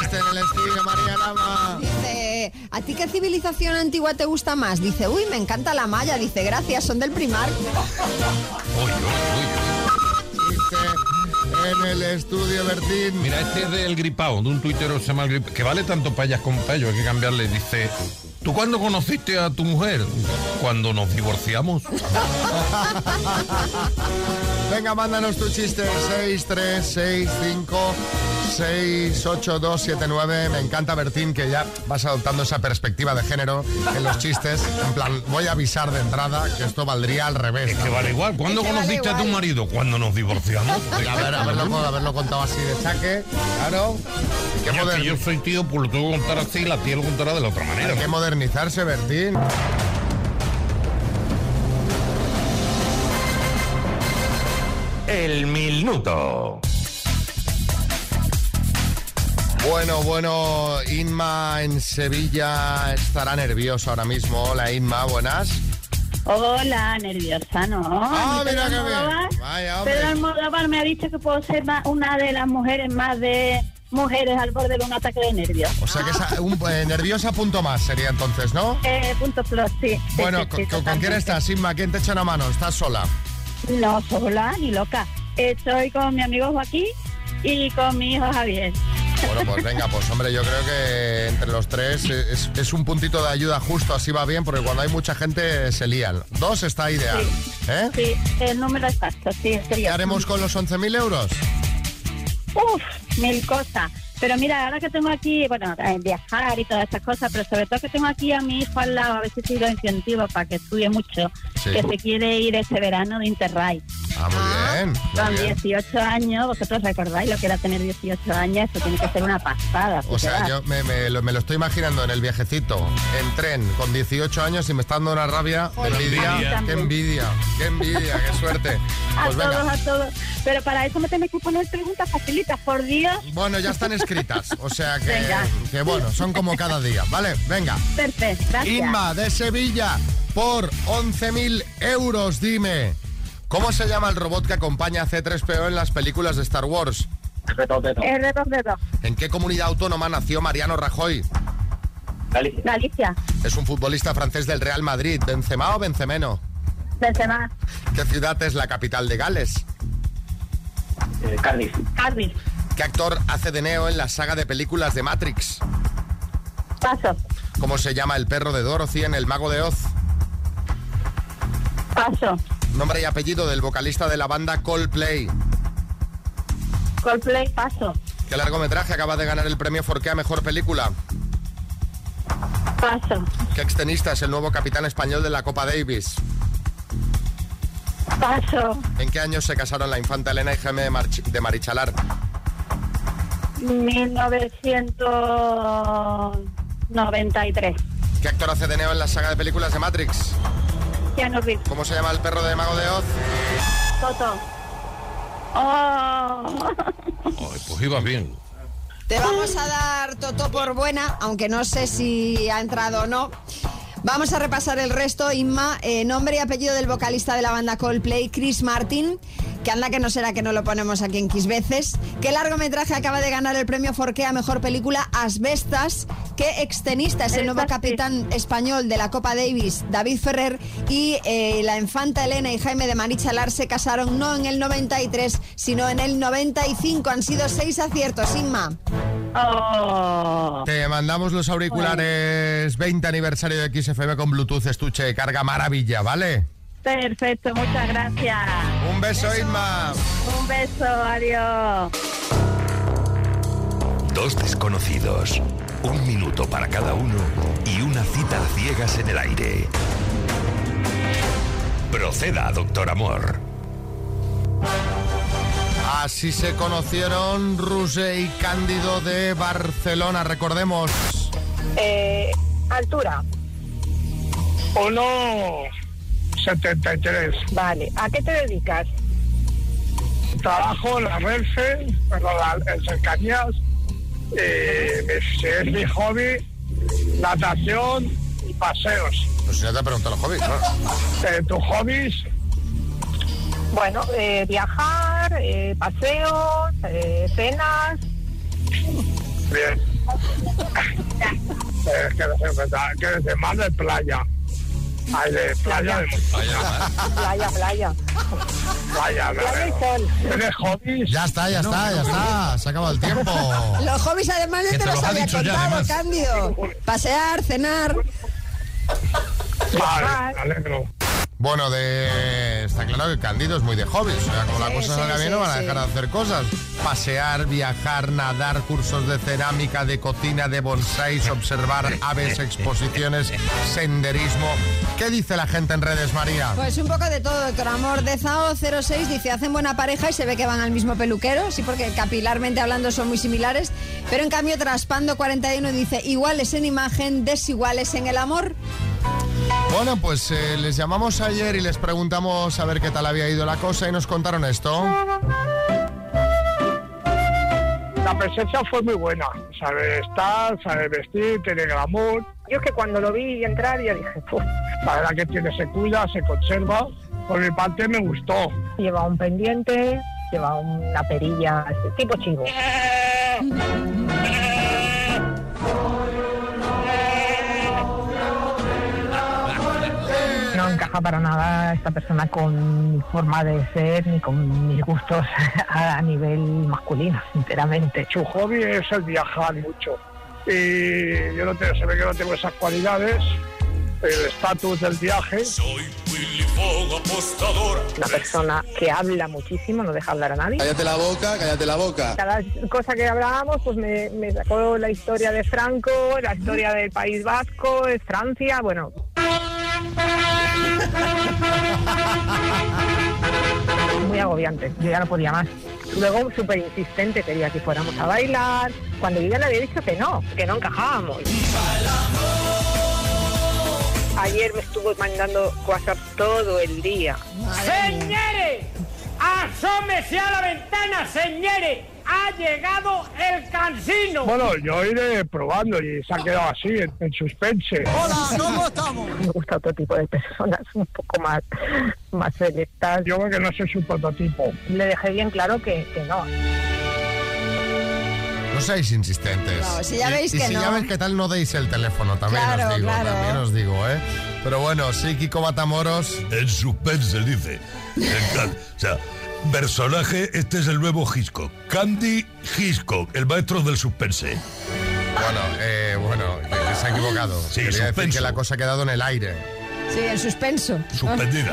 S2: Chiste en el estudio, María Lama.
S5: Dice, ¿a ti qué civilización antigua te gusta más? Dice, uy, me encanta la maya. Dice, gracias, son del primar.
S2: Chiste en el estudio, Bertín.
S15: Mira, este es del gripao, de un tuitero que se llama El Gripao, que vale tanto payas como payos, hay que cambiarle. Dice, ¿tú cuándo conociste a tu mujer? Cuando nos divorciamos.
S2: Venga, mándanos tu chiste. 6, 3, 6, 5, 6, 8, 2, 7, 9. Me encanta, Bertín, que ya vas adoptando esa perspectiva de género en los chistes. En plan, voy a avisar de entrada que esto valdría al revés.
S15: Que vale igual. ¿Cuándo conociste a tu marido? Cuando nos divorciamos.
S2: A ver, haberlo, haberlo contado así de saque, claro.
S15: Ya que yo soy tío, pues lo tengo que contar así y la tía lo contará de la otra manera.
S2: Hay que modernizarse, Bertín.
S14: El minuto.
S2: Bueno, bueno, Inma en Sevilla estará nerviosa ahora mismo. Hola, Inma, buenas.
S24: Hola, nerviosa, ¿no?
S2: Ah,
S24: A mí
S2: mira
S24: Pedro
S2: qué bien.
S24: Almodóvar-
S2: Vaya, hombre.
S24: Pedro Almodóvar me ha dicho que puedo ser ma- una de las mujeres más de mujeres al borde de un ataque de nervios.
S2: O sea que esa- un, eh, nerviosa punto más sería entonces, ¿no?
S24: Eh, punto plus, sí. sí,
S2: Bueno,
S24: sí,
S2: co-
S24: sí,
S2: co- ¿con quién
S24: totalmente.
S2: estás, Inma? ¿Quién te echa una mano? ¿Estás sola?
S24: No, sola ni loca. Estoy con mi amigo Joaquín y con mi hijo Javier.
S2: Bueno, pues venga, pues hombre, yo creo que entre los tres eh, es, es un puntito de ayuda justo, así va bien, porque cuando hay mucha gente se lían. Dos está ideal. ¿eh?
S24: Sí, el número exacto, sí.
S2: ¿Qué haremos con los 11.000 euros?
S24: Uf, mil cosas. Pero mira, ahora que tengo aquí, bueno, eh, viajar y todas esas cosas, pero sobre todo que tengo aquí a mi hijo al lado, a ver si lo incentivo para que estudie mucho,
S2: Sí.
S24: que se quiere ir este verano de Interrail.
S2: Ah, muy bien.
S24: Con
S2: Muy bien.
S24: 18 años, vosotros recordáis lo que era tener 18 años, eso tiene que ser una pasada.
S2: O sea,
S24: ¿verdad?
S2: yo me, me lo, me lo estoy imaginando en el viajecito, en tren, con 18 años y me está dando una rabia de
S24: Joder,
S2: envidia.
S24: envidia.
S2: ¡Qué envidia! ¡Qué envidia! ¡Qué suerte!
S24: A
S2: Pues venga.
S24: todos, a todos. Pero para eso me tenéis que poner preguntas facilitas, por Dios.
S2: Bueno, ya están escritas, o sea que,
S24: Venga.
S2: que bueno, son como cada día, ¿vale? Venga.
S24: Perfecto, gracias.
S2: Inma de Sevilla, por 11.000 euros, dime. ¿Cómo se llama el robot que acompaña a C3PO en las películas de Star Wars?
S24: Es de Toledo.
S2: ¿En qué comunidad autónoma nació Mariano Rajoy?
S24: Galicia,
S2: Es un futbolista francés del Real Madrid, Benzema o Benzemeno.
S24: Benzema,
S2: ¿Qué ciudad es la capital de Gales? Cardiff.
S24: Eh, Cardiff,
S2: ¿Qué actor hace de Neo en la saga de películas de Matrix?
S24: Paso,
S2: ¿Cómo se llama el perro de Dorothy en El Mago de Oz?
S24: Paso,
S2: Nombre y apellido del vocalista de la banda Coldplay.
S24: Coldplay, Paso,
S2: ¿Qué largometraje acaba de ganar el premio Forqué a Mejor Película?
S24: Paso,
S2: ¿Qué extenista es el nuevo capitán español de la Copa Davis?
S24: Paso,
S2: ¿En qué año se casaron la infanta Elena y Jaime de, March- de Marichalar?
S24: 1993.
S2: ¿Qué actor hace de Neo en la saga de películas de Matrix?
S24: Keanu Reeves,
S2: ¿Cómo se llama el perro de Mago de Oz?
S24: Toto. Oh.
S15: Ay, pues ibas bien.
S5: Te vamos a dar Toto por buena, aunque no sé si ha entrado o no. Vamos a repasar el resto, Inma. Eh, nombre y apellido del vocalista de la banda Coldplay, Chris Martin. Que anda que no será que no lo ponemos aquí en X veces. ¿Qué largometraje acaba de ganar el premio Forqué a Mejor Película Asbestas? ¿Qué extenista es el nuevo capitán español de la Copa Davis, David Ferrer? Y eh, la infanta Elena y Jaime de Marichalar se casaron no en el 93, sino en el 95. Han sido seis aciertos, Inma.
S2: Te mandamos los auriculares 20 aniversario de XFM con Bluetooth estuche de carga maravilla, ¿vale?
S24: Perfecto, muchas gracias.
S2: Un beso, Inma.
S24: Un beso, adiós.
S14: Dos desconocidos, un minuto para cada uno y una cita a ciegas en el aire. Proceda, doctor amor.
S2: Así se conocieron Rusé y Cándido de Barcelona, recordemos.
S8: Eh, altura.
S1: 1,73.
S8: Vale. ¿A qué te dedicas?
S1: Trabajo en la Renfe, bueno, la- en cercanías. eh, mi- es mi hobby, natación y paseos.
S2: Pues si no te pregunto los hobbies, claro.
S1: Eh, ¿Tus hobbies?
S8: Bueno, eh, viajar, eh, paseos, eh, cenas.
S1: Bien. Eh, que no sé, ¿verdad? que desde mar de playa. Ay, de playa de montaña.
S8: Playa, playa.
S1: Playa,
S8: Playa y
S1: playa.
S8: sol.
S1: ¿Tienes hobbies?
S2: Ya está, ya está, ya está. Se ha acabado el tiempo.
S5: Los hobbies además
S2: Que
S5: ya
S2: te
S5: te
S2: los
S5: los
S2: ha
S5: había
S2: dicho ya,
S5: contado,
S2: además.
S5: Cándido. Pasear, cenar.
S1: Vale, me alegro.
S2: Bueno, de... está claro que Candido es muy de hobbies. O sea, como la
S1: Sí,
S2: cosa
S1: sí,
S2: salga bien,
S1: sí,
S2: no van a
S1: sí.
S2: dejar de hacer cosas. Pasear, viajar, nadar, cursos de cerámica, de cocina, de bonsáis, observar aves, exposiciones, senderismo. ¿Qué dice la gente en redes, María?
S5: Pues un poco de todo, doctor Amor de Zao 06 dice, hacen buena pareja y se ve que van al mismo peluquero, sí, porque capilarmente hablando son muy similares, pero en cambio Traspando 41 dice, iguales en imagen, desiguales en el amor.
S2: Bueno, pues eh, les llamamos ayer y les preguntamos a ver qué tal había ido la cosa y nos contaron esto.
S1: La presencia fue muy buena. Sabe estar, sabe vestir, tiene glamour. Yo es que cuando lo vi entrar ya dije, la verdad que tiene, se cuida, se conserva. Por mi parte me gustó.
S8: Lleva un pendiente, lleva una perilla, tipo chivo. No encaja para nada esta persona con mi forma de ser ni con mis gustos a nivel masculino, sinceramente.
S1: Su hobby es el viajar mucho. Y yo no tengo, se ve que no tengo esas cualidades. El estatus del viaje.
S8: Una persona que habla muchísimo, no deja hablar a nadie.
S3: Cállate la boca, cállate la boca.
S8: Cada cosa que hablábamos, pues me, me sacó la historia de Franco, la historia del País Vasco, de Francia, bueno. Muy agobiante, yo ya no podía más. Luego súper insistente, quería que fuéramos a bailar, cuando yo ya le había dicho que no, que no encajábamos. Ayer me estuvo mandando WhatsApp todo el día.
S25: ¡Señores! ¡Asómese a la ventana, señores! ¡Ha llegado el cansino!
S1: Bueno, yo iré probando y se ha quedado así, en, en suspense.
S25: estamos?
S1: Me gusta otro tipo de personas, un poco más, más selectas. Yo creo que no soy su prototipo.
S8: Le dejé bien claro que, que no.
S2: No seáis insistentes.
S5: No, si ya
S2: Y-
S5: veis
S2: y
S5: que
S2: si
S5: no.
S2: ya veis que tal, no deis el teléfono, también
S5: Claro,
S2: os digo,
S5: claro.
S2: también os digo, ¿eh? Pero bueno, sí, Kiko Matamoros...
S20: En suspense, dice. En plan, o sea, personaje, este es el nuevo Hitchcock. Candy Hitchcock, el maestro del suspense.
S2: Bueno, eh, bueno, que se ha equivocado.
S20: Sí,
S2: Quería decir
S20: suspenso.
S2: que la cosa ha quedado en el aire.
S5: Sí, en suspenso.
S2: Suspendida.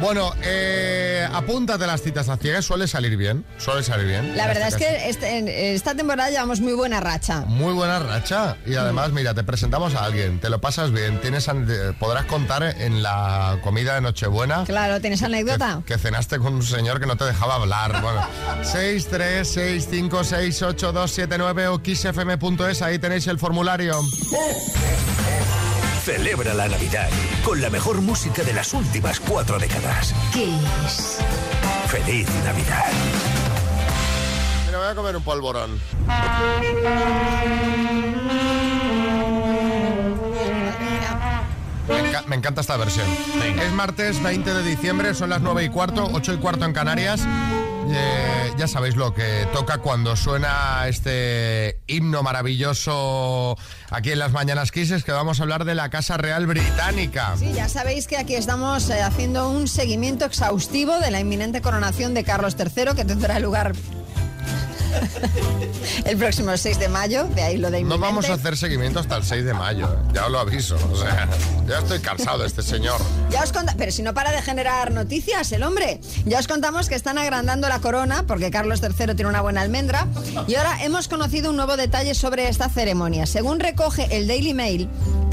S2: Bueno, eh, apúntate las citas a ciegas, suele salir bien, suele salir bien.
S5: La verdad
S2: Las
S5: es
S2: citas-
S5: que este- en esta temporada llevamos muy buena racha.
S2: Muy buena racha y además, mira, te presentamos a alguien, te lo pasas bien, tienes an- eh, podrás contar en la comida de Nochebuena
S5: Claro, ¿tienes anécdota?
S2: que cenaste con un señor que no te dejaba hablar. Bueno, 6, 3, 6, 5, 6, 8, 2, 7, 9 o kissfm.es, ahí tenéis el formulario.
S14: Celebra la Navidad con la mejor música de las últimas cuatro décadas.
S5: Kiss.
S14: Feliz Navidad.
S2: Mira, voy a comer un polvorón. Me, enca- me encanta esta versión. Es martes 20 de diciembre, son las 9 y cuarto, 8 y cuarto en Canarias. Eh, ya sabéis lo que toca cuando suena este himno maravilloso aquí en las Mañanas Kisses, que vamos a hablar de la Casa Real Británica.
S5: Sí, ya sabéis que aquí estamos eh, haciendo un seguimiento exhaustivo de la inminente coronación de Carlos III, que tendrá lugar el próximo 6 de mayo, de ahí lo de
S2: No
S5: inminente.
S2: vamos a hacer seguimiento hasta el 6 de mayo, eh, ya os lo aviso. O sea, ya estoy cansado de este señor.
S5: Ya os conta- pero si no para de generar noticias el hombre. Ya os contamos que están agrandando la corona porque Carlos III tiene una buena almendra y ahora hemos conocido un nuevo detalle sobre esta ceremonia. Según recoge el Daily Mail,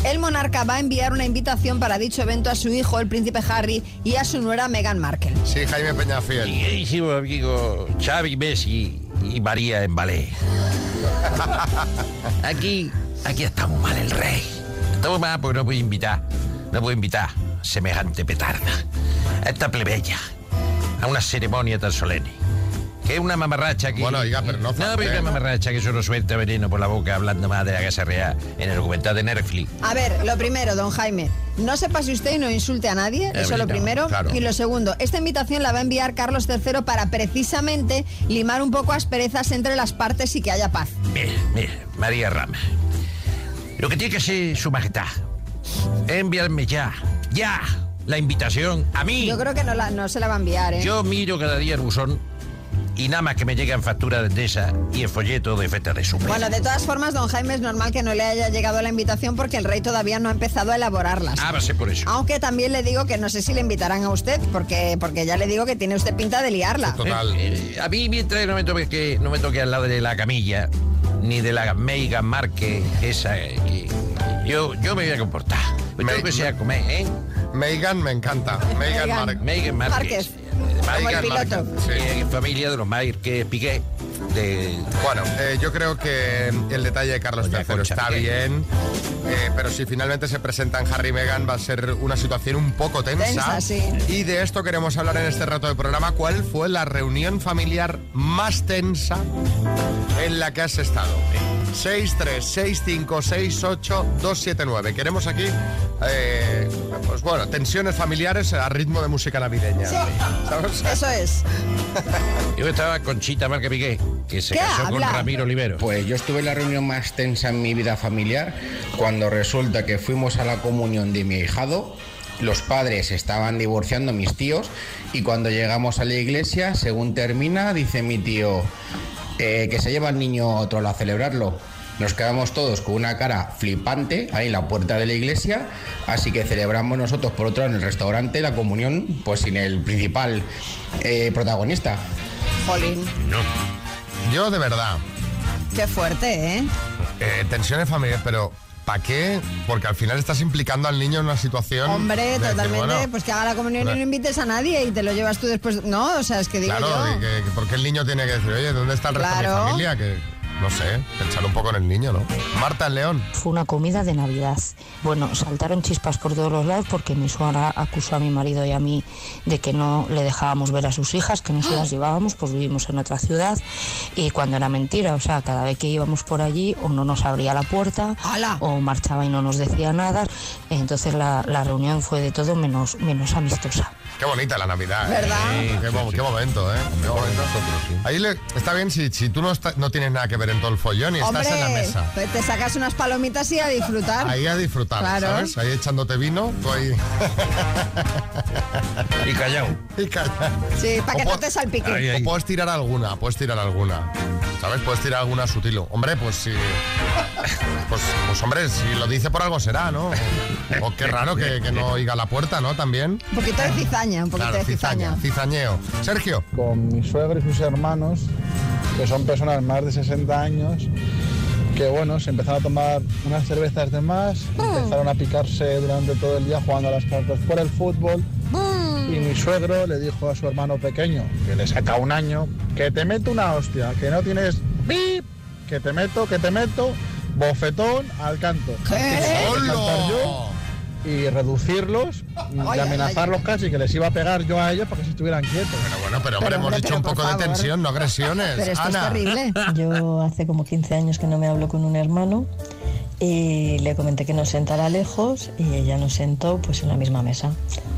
S5: El monarca va a enviar una invitación para dicho evento a su hijo, el príncipe Harry, y a su nuera Meghan Markle.
S2: Sí, Jaime Peñafiel.
S7: Y queridísimo amigo Xavi Messi y María en ballet. Aquí, aquí estamos mal el rey. Estamos mal porque no puedo invitar, no puedo invitar semejante petarda a esta plebeya a una ceremonia tan solemne. Que es una mamarracha que...
S2: Bueno, oiga, pero no
S7: No, pero una mamarracha que solo suelta veneno por la boca hablando más de la Casa Real en el documental de Netflix.
S5: A ver, lo primero, don Jaime, no se pase usted y no insulte a nadie,
S7: Eh,
S5: eso es lo
S7: no,
S5: primero.
S7: claro.
S5: Y lo segundo, esta invitación la va a enviar Carlos III para precisamente limar un poco asperezas entre las partes y que haya paz.
S7: Mira, mira, María Rama. Lo que tiene que hacer su majestad es enviarme ya, ya, la invitación a mí.
S5: Yo creo que no, la- no se la va a enviar, ¿eh?
S7: Yo miro cada día el buzón y nada más que me llegan facturas de Endesa y el folleto de feta de su
S5: Bueno, de todas formas, don Jaime, es normal que no le haya llegado la invitación porque el rey todavía no ha empezado a elaborarlas.
S7: Ah, va a ser por eso.
S5: Aunque también le digo que no sé si le invitarán a usted, porque, porque ya le digo que tiene usted pinta de liarla.
S7: Eh, eh, a mí mientras no me toque que no me toque al lado de la camilla ni de la Meiga Marque esa eh, que- yo yo me voy a comportar. Me tengo que sea comer, ¿eh?
S2: Megan me encanta. Megan
S7: Meghan.
S2: Mark-
S7: Meghan Márquez.
S2: Como el piloto.
S7: Eh, familia de los Márquez Piqué. De...
S2: Bueno, eh, yo creo que el detalle de Carlos III está bien, eh, pero si finalmente se presentan Harry y Meghan va a ser una situación un poco tensa.
S5: Tensa, sí.
S2: Y de esto queremos hablar en este rato de programa. ¿Cuál fue la reunión familiar más tensa en la que has estado? 636568279. Queremos aquí, eh, pues bueno, tensiones familiares a ritmo de música navideña.
S5: Eso es.
S7: Yo estaba con Chita Marque Piqué, que se
S5: ¿Qué
S7: casó con
S5: habla?
S7: Ramiro Olivero.
S4: Pues yo estuve en la reunión más tensa en mi vida familiar cuando resulta que fuimos a la comunión de mi ahijado. Los padres estaban divorciando mis tíos y cuando llegamos a la iglesia, según termina, dice mi tío eh, que se lleva al niño a otro lado a celebrarlo. Nos quedamos todos con una cara flipante ahí en la puerta de la iglesia, así que celebramos nosotros por otro lado en el restaurante la comunión, pues sin el principal eh, protagonista.
S5: Jolín,
S2: No. Yo de verdad.
S5: qué fuerte, ¿eh?
S2: Eh, tensiones familiares, pero ¿para qué? Porque al final estás implicando al niño en una situación. de
S5: Hombre,
S2: decir,
S5: totalmente,
S2: bueno,
S5: pues que haga la comunión y no
S2: Hombre.
S5: invites a nadie y te lo llevas tú después. No, o sea, es que digo
S2: claro,
S5: yo.
S2: y que- que porque el niño tiene que decir, oye, ¿dónde está el resto de
S5: Claro.
S2: mi familia? Que no sé, pensar un poco en el niño, ¿no? Marta León.
S26: Fue una comida de Navidad. Bueno, saltaron chispas por todos los lados porque mi suegra acusó a mi marido y a mí de que no le dejábamos ver a sus hijas, que no se las llevábamos, pues vivimos en otra ciudad. Y cuando era mentira, o sea, cada vez que íbamos por allí, o no nos abría la puerta, o marchaba y no nos decía nada. Entonces la, la reunión fue de todo menos, menos amistosa.
S2: Qué bonita la Navidad. ¿eh?
S26: ¿Verdad?
S2: Sí, qué, mo- qué momento, ¿eh? Qué momento. Ahí le- está bien si, si tú no, está- no tienes nada que ver en todo el follón y
S5: Hombre,
S2: estás en la mesa.
S5: pues te sacas unas palomitas y a disfrutar.
S2: Ahí a disfrutar,
S5: Claro.
S2: ¿sabes? Ahí echándote vino, tú ahí.
S7: y callao.
S2: Y callao.
S5: Sí, para que
S2: O
S5: no
S2: puedes-
S5: te salpique.
S2: O puedes tirar alguna, puedes tirar alguna. ¿Sabes? Puedes tirar alguna sutil. Hombre, pues sí. Pues, pues, hombre, si lo dice por algo será, ¿no? O qué raro que, que no oiga la puerta, ¿no? También.
S5: Un poquito de cizaña, un poquito
S2: Claro,
S5: de cizaña.
S2: cizaña, cizañeo. Sergio.
S27: Con mi suegro y sus hermanos, que son personas más de 60 años, que bueno, se empezaron a tomar unas cervezas de más, empezaron a picarse durante todo el día jugando a las cartas por el fútbol. Y mi suegro le dijo a su hermano pequeño, que le saca un año, que te meto una hostia, que no tienes bip, que te meto, que te meto, bofetón al canto. Tengo que cantar yo Y reducirlos y
S2: Ay,
S27: amenazarlos casi, que les iba a pegar yo a ellos para que se estuvieran quietos.
S2: Bueno, pero hombre,
S27: Pero,
S2: hemos
S27: hombre,
S2: dicho
S27: pero
S2: un
S27: por
S2: poco de
S27: favor.
S2: tensión, no agresiones. Ana.
S26: Yo hace como 15 años que no me hablo con un hermano y le comenté que nos sentara lejos y ella nos sentó pues en la misma mesa.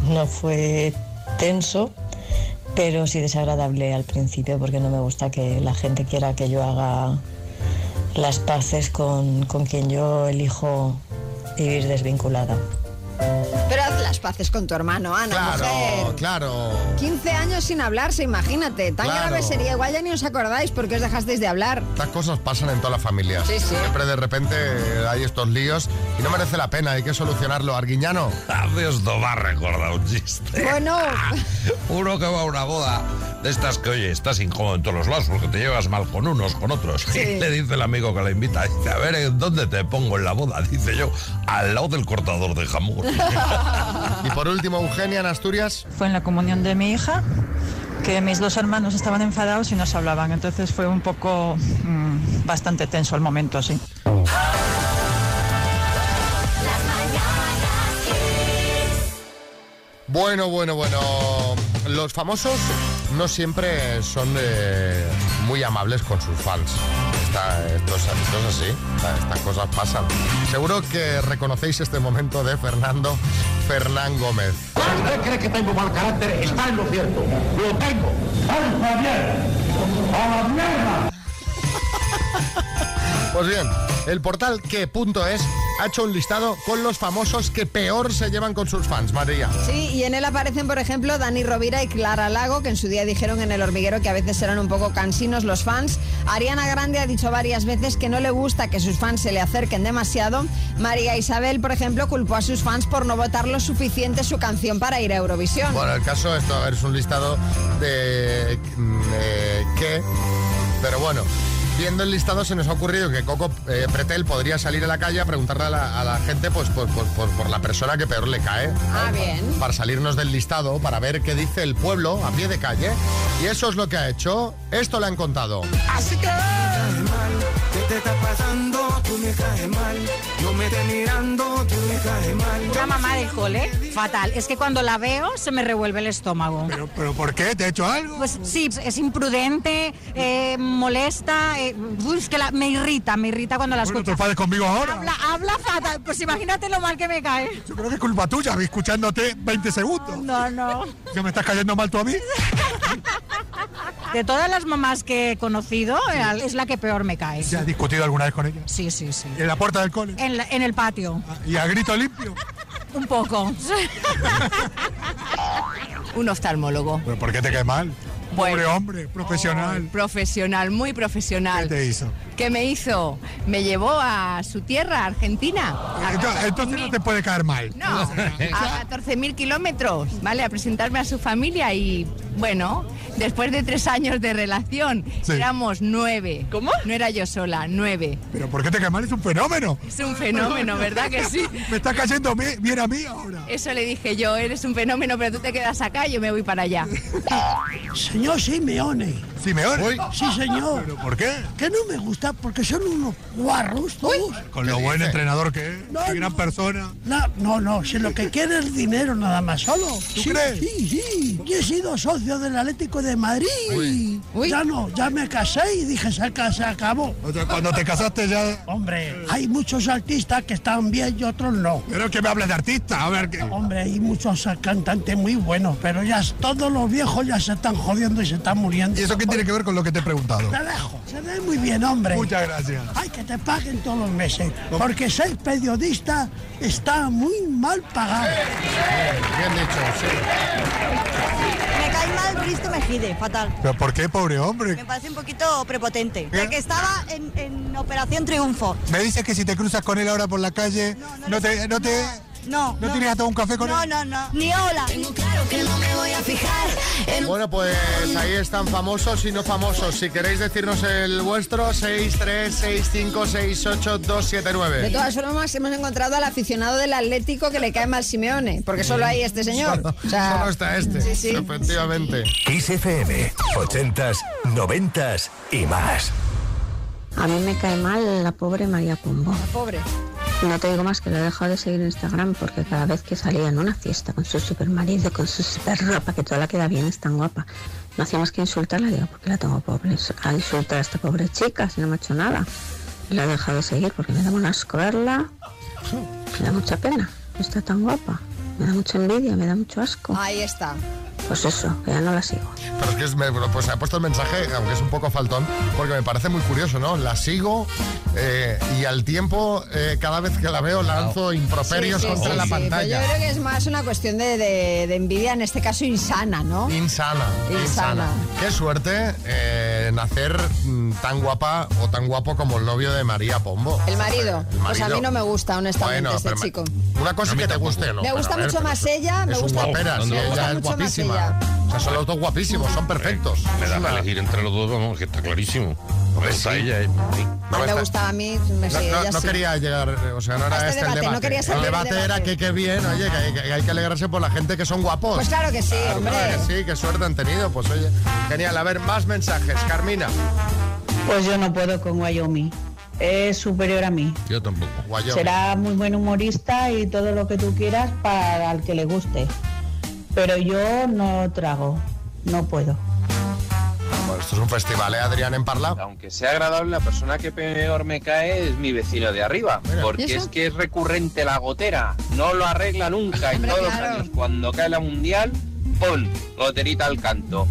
S26: No fue tenso, pero sí desagradable al principio porque no me gusta que la gente quiera que yo haga las paces con, con quien yo elijo vivir desvinculada.
S5: Pero haz las paces con tu hermano, Ana,
S2: Claro,
S5: mujer.
S2: claro.
S5: 15 años sin hablarse, imagínate. Tan
S2: Claro.
S5: grave sería, igual ya ni os acordáis porque os dejasteis de hablar.
S2: Estas cosas pasan en todas las familias.
S5: Sí, sí.
S2: Siempre de repente eh, hay estos líos y no merece la pena, hay que solucionarlo. Arguiñano. Eh.
S6: Hace os va a recordar un chiste.
S2: Ah.
S5: Bueno,
S6: Uno que va a una boda
S7: de estas que, oye, estás incómodo en todos los lados porque te llevas mal con unos, con otros. Y le dice el amigo que la invita, dice, a ver, ¿en ¿dónde te pongo en la boda? Dice yo, al lado del cortador de jamón.
S2: Y por último, Eugenia en Asturias.
S28: Fue en la comunión de mi hija que mis dos hermanos estaban enfadados y no se hablaban. Entonces fue un poco mm, bastante tenso el momento, sí.
S2: Bueno, bueno, bueno. Los famosos no siempre son eh, muy amables con sus fans. Esta- esto, es, esto es así, Esta- estas cosas pasan. Seguro que reconocéis este momento de Fernando Fernán Gómez.
S4: ¿Usted cree que tengo mal carácter? Está en lo cierto. Lo tengo. ¡Al Javier! ¡A la mierda!
S2: Pues bien, el portal que.es ha hecho un listado con los famosos que peor se llevan con sus fans, María.
S5: Sí, y en él aparecen, por ejemplo, Dani Rovira y Clara Lago, que en su día dijeron en El Hormiguero que a veces eran un poco cansinos los fans. Ariana Grande ha dicho varias veces que no le gusta que sus fans se le acerquen demasiado. María Isabel, por ejemplo, culpó a sus fans por no votar lo suficiente su canción para ir a Eurovisión.
S2: Bueno, el caso esto a ver, es un listado de mm, eh, qué, pero bueno. Viendo el listado se nos ha ocurrido que Coco eh, Pretel podría salir a la calle a preguntarle a la, a la gente pues, pues, pues, por- por la persona que peor le cae.
S5: Ah, bien.
S2: Para salirnos del listado, para ver qué dice el pueblo a pie de calle. Y eso es lo que ha hecho. Esto le han contado.
S18: Así que. ¿Qué te está pasando? Tú me caes mal. No me estés mirando, tú me caes mal.
S29: Una mamá del cole, fatal. Es que cuando la veo se me revuelve el estómago. ¿Pero, por qué? ¿Te ha hecho algo? Pues sí, es imprudente, eh, molesta. eh, uy, es que la- me irrita, me irrita cuando la escucho.
S1: enfades conmigo ahora.
S29: Habla, habla fatal. Pues imagínate lo mal que me cae.
S1: Yo creo que es culpa tuya, escuchándote 20 segundos.
S29: No, no.
S1: ¿Que me estás cayendo mal tú a mí?
S29: De todas las mamás que he conocido, eh, es la que peor me cae.
S1: ¿Ya has discutido alguna vez con ella?
S29: Sí, sí, sí.
S1: ¿En la puerta del cole? Ah.
S29: En, la- en el patio.
S1: ¿Y a grito limpio?
S29: Un poco.
S12: Un oftalmólogo.
S1: ¿Pero por qué te cae mal? Pobre hombre, profesional.
S12: Oh, profesional, muy profesional.
S1: ¿Qué te hizo?
S12: ¿Qué me hizo? Me llevó a su tierra, Argentina. A
S1: Entonces, entonces no te puede caer mal.
S12: No, a 14.000 kilómetros, ¿vale? A presentarme a su familia y, bueno, después de tres años de relación,
S1: Sí.
S12: éramos nueve. ¿Cómo? No era yo sola, nueve.
S1: ¿Pero por qué te cae mal? Es un fenómeno.
S12: Es un fenómeno, ¿verdad que sí?
S1: Me está cayendo mi- bien a mí ahora.
S12: Eso le dije yo, eres un fenómeno, pero tú te quedas acá y yo me voy para allá.
S11: Señor Simeone.
S1: ¿Simeone? Ah,
S11: Sí, señor.
S1: ¿Pero por qué?
S11: Que no me gusta porque son unos guarros todos.
S1: Con lo buen entrenador que es,
S11: No,
S1: qué gran persona.
S11: No, no, no, si lo que quiere es dinero nada más solo.
S1: ¿Tú
S11: sí,
S1: crees?
S11: sí, sí. Yo he sido socio del Atlético de Madrid. Ya no, ya me casé y dije, se, aca- se acabó.
S1: Cuando te casaste ya...
S11: Hombre, hay muchos artistas que están bien y otros no.
S1: Pero que me hables de artista, a ver qué...
S11: Hombre, hay muchos cantantes muy buenos, pero ya s- todos los viejos ya se están jodiendo y se están muriendo.
S1: ¿Y eso qué tiene que ver con lo que te he preguntado?
S11: Te dejo. Se ve muy bien, hombre.
S1: Muchas gracias.
S11: Hay que te paguen todos los meses, porque ser periodista está muy mal pagado.
S2: Bien dicho,
S9: Me cae mal Risto Mejide, fatal.
S1: ¿Pero por qué, pobre hombre?
S9: Me parece un poquito prepotente.
S2: ¿Eh?
S9: Porque estaba en, en Operación Triunfo.
S1: Me dices que si te cruzas con él ahora por la calle, no te... No te...
S9: No.
S1: ¿No te irías a tomar un café con
S9: No,
S1: él?
S9: no, no. Ni hola. Tengo claro que no me voy a fijar.
S2: Bueno, pues ahí están famosos y no famosos. Si queréis decirnos el vuestro, 636568279.
S5: De todas formas, hemos encontrado al aficionado del Atlético que le cae mal Simeone, porque solo hay este señor.
S2: Solo,
S5: O sea,
S2: solo está este.
S5: Sí, sí.
S2: Efectivamente.
S30: Kiss FM, 80s, 90s y más.
S8: A mí me cae mal la pobre María Pombo.
S5: Pobre.
S8: No te digo más que la he dejado de seguir en Instagram porque cada vez que salía en una fiesta con su super marido, con su super ropa, que toda la queda bien, es tan guapa. No hacía más que insultarla, digo, porque la tengo pobre. A insultar a esta pobre chica si no me ha hecho nada. La he dejado de seguir porque me da un asco verla. Me da mucha pena. No está tan guapa. Me da mucha envidia, me da mucho asco.
S5: Ahí está.
S8: Pues eso, que ya no la sigo.
S2: Pero es que es- me, pues ha puesto el mensaje, aunque es un poco faltón, porque me parece muy curioso, ¿no? La sigo eh, y al tiempo, eh, cada vez que la veo, lanzo improperios
S5: Sí, sí,
S2: contra
S5: sí,
S2: la
S5: sí,
S2: pantalla.
S5: pero yo creo que es más una cuestión de, de- de envidia, en este caso insana, ¿no?
S2: Insana,
S5: Insana.
S2: insana. Qué suerte eh, nacer mm, tan guapa o tan guapo como el novio de María Pombo.
S5: El marido. Pues a mí no me gusta, honestamente,
S2: Bueno,
S5: este
S2: pero me-
S5: chico.
S2: Una cosa es que te guste, ¿no?
S5: me
S2: Pero
S5: gusta
S2: a ver,
S5: mucho
S2: pero
S5: más
S2: es-
S5: ella, me
S2: Es un
S5: gusta,
S2: guapera, sí,
S5: me
S2: ella
S5: gusta
S2: es
S5: mucho más
S2: guapísima.
S5: ya.
S2: O sea, son los dos guapísimos, son perfectos.
S7: Me da para elegir entre los dos, vamos, que está clarísimo. Me gusta ella, ¿eh?
S5: No me gustaba a mí, me
S2: No,
S5: sí,
S2: no-
S5: ella
S2: no
S5: sí.
S2: quería llegar, eh, o sea, no era
S5: A
S2: este
S5: este debate,
S2: el
S5: no
S2: debate.
S5: quería salir
S2: el
S5: del
S2: debate era
S5: debate.
S2: que qué bien, oye, que hay, que hay que alegrarse por la gente que son guapos.
S5: Pues claro que sí, hombre.
S2: claro que sí, qué suerte han tenido, pues oye. Genial, a ver, más mensajes, Carmina.
S9: Pues yo no puedo con Wyoming. Es superior a mí.
S2: Yo tampoco. Wyoming.
S9: Será muy buen humorista y todo lo que tú quieras para el que le guste. Pero yo no trago. No puedo.
S2: Bueno, esto es un festival, ¿eh, Adrián, en Parla?
S8: Aunque sea agradable, la persona que peor me cae es mi vecino de arriba.
S2: ¿Y
S8: Porque
S2: eso?
S8: es que es recurrente la gotera. No lo arregla nunca. Y todos los años, cuando cae la mundial, pon goterita al canto.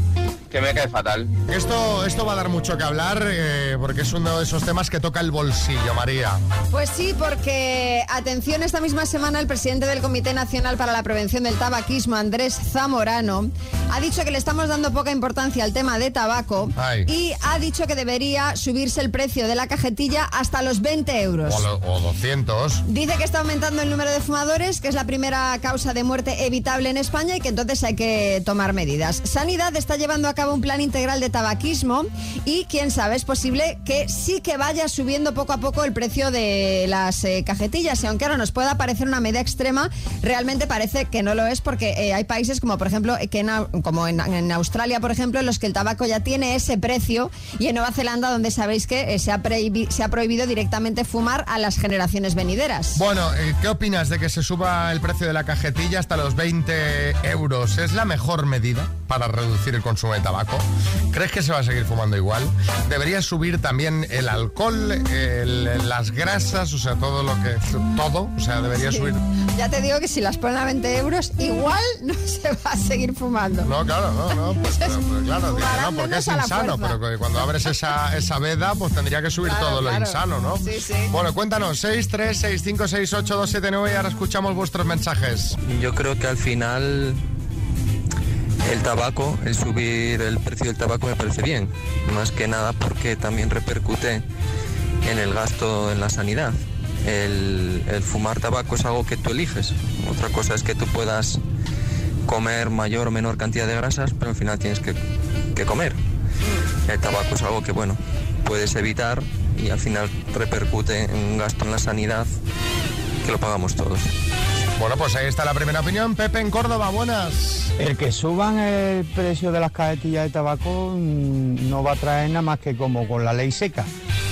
S8: Que me cae fatal.
S2: Esto, esto va a dar mucho que hablar eh, porque es uno de esos temas que toca el bolsillo, María.
S5: Pues sí, porque atención, esta misma semana el presidente del Comité Nacional para la Prevención del Tabaquismo, Andrés Zamorano, ha dicho que le estamos dando poca importancia al tema de tabaco
S2: Ay.
S5: y ha dicho que debería subirse el precio de la cajetilla hasta los 20 euros.
S2: O, lo- o 200.
S5: Dice que está aumentando el número de fumadores, que es la primera causa de muerte evitable en España y que entonces hay que tomar medidas. Sanidad está llevando a cabo un plan integral de tabaquismo y quién sabe, es posible que sí que vaya subiendo poco a poco el precio de las eh, cajetillas. Y aunque ahora nos pueda parecer una medida extrema, realmente parece que no lo es porque eh, hay países como por ejemplo que en Au- como en, en Australia, por ejemplo, en los que el tabaco ya tiene ese precio y en Nueva Zelanda, donde sabéis que eh, se, ha prohibi- se ha prohibido directamente fumar a las generaciones venideras.
S2: Bueno, eh, ¿qué opinas de que se suba el precio de la cajetilla hasta los 20 euros? ¿Es la mejor medida para reducir el consumo de tabaco? ¿Crees que se va a seguir fumando igual? ¿Debería subir también el alcohol, el- las grasas, o sea, todo lo que... Todo, o sea, debería
S5: Sí.
S2: subir...
S5: Ya te digo que si las ponen a 20 euros, igual no se va a seguir fumando.
S2: No, claro, no, no, pues, pero- pero claro, dice, no,
S5: Varándonos
S2: porque es
S5: a la
S2: insano,
S5: fuerza.
S2: pero que cuando abres esa, esa veda, pues tendría que subir
S5: Claro,
S2: todo
S5: claro.
S2: lo insano, ¿no?
S5: Sí, sí.
S2: Bueno, cuéntanos, 636568279 y ahora escuchamos vuestros mensajes.
S15: Yo creo que al final el tabaco, el subir el precio del tabaco me parece bien, más que nada porque también repercute en el gasto en la sanidad. El, el fumar tabaco es algo que tú eliges. Otra cosa es que tú puedas comer mayor o menor cantidad de grasas, pero al final tienes que, que comer. El tabaco es algo que, bueno, puedes evitar y al final repercute en un gasto en la sanidad que lo pagamos todos.
S2: Bueno, pues ahí está la primera opinión. Pepe en Córdoba, buenas.
S18: El que suban el precio de las cajetillas de tabaco mm, no va a traer nada más que como con la ley seca,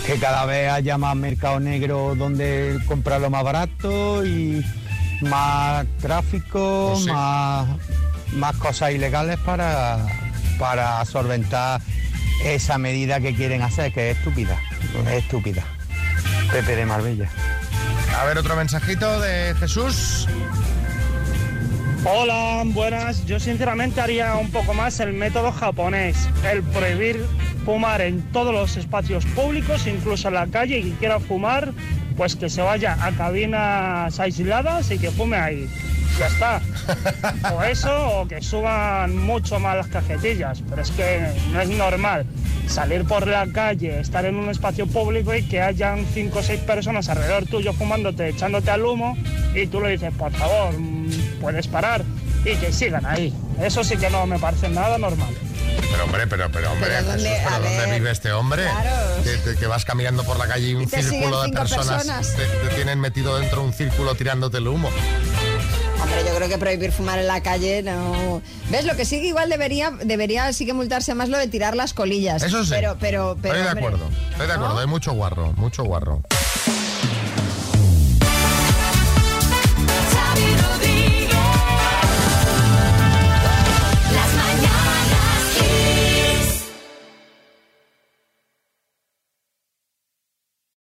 S18: que cada vez haya más mercado negro donde comprar lo más barato y más tráfico, más, más cosas ilegales para, para solventar esa medida que quieren hacer, que es estúpida, es estúpida. Pepe de Marbella.
S2: A ver, otro mensajito de Jesús.
S31: Hola, buenas. Yo sinceramente haría un poco más el método japonés, el prohibir fumar en todos los espacios públicos, incluso en la calle, y quien quiera fumar, pues que se vaya a cabinas aisladas y que fume ahí. Ya está. O eso, o que suban mucho más las cajetillas, pero es que no es normal salir por la calle, estar en un espacio público y que hayan cinco o seis personas alrededor tuyo fumándote, echándote al humo, y tú le dices, por favor, mm, puedes parar, y que sigan ahí. Eso sí que no me parece nada normal.
S2: Pero hombre, pero, pero hombre,
S31: Pero
S2: Jesús,
S31: dónde- a
S2: pero ¿dónde
S31: ver.
S2: vive este hombre?
S31: Claro.
S2: Que, te- que vas caminando por la calle y un
S5: Y te siguen
S2: círculo de
S5: cinco
S2: personas,
S5: personas.
S2: Te, te tienen metido dentro de un círculo tirándote el humo.
S5: Hombre, yo creo que prohibir fumar en la calle no. ¿Ves? Lo que sí que igual debería, debería sí que multarse más lo de tirar las colillas.
S2: Eso sí.
S5: Pero, pero, pero.
S2: estoy de
S5: hombre,
S2: acuerdo, estoy de acuerdo, hay mucho guarro, mucho guarro.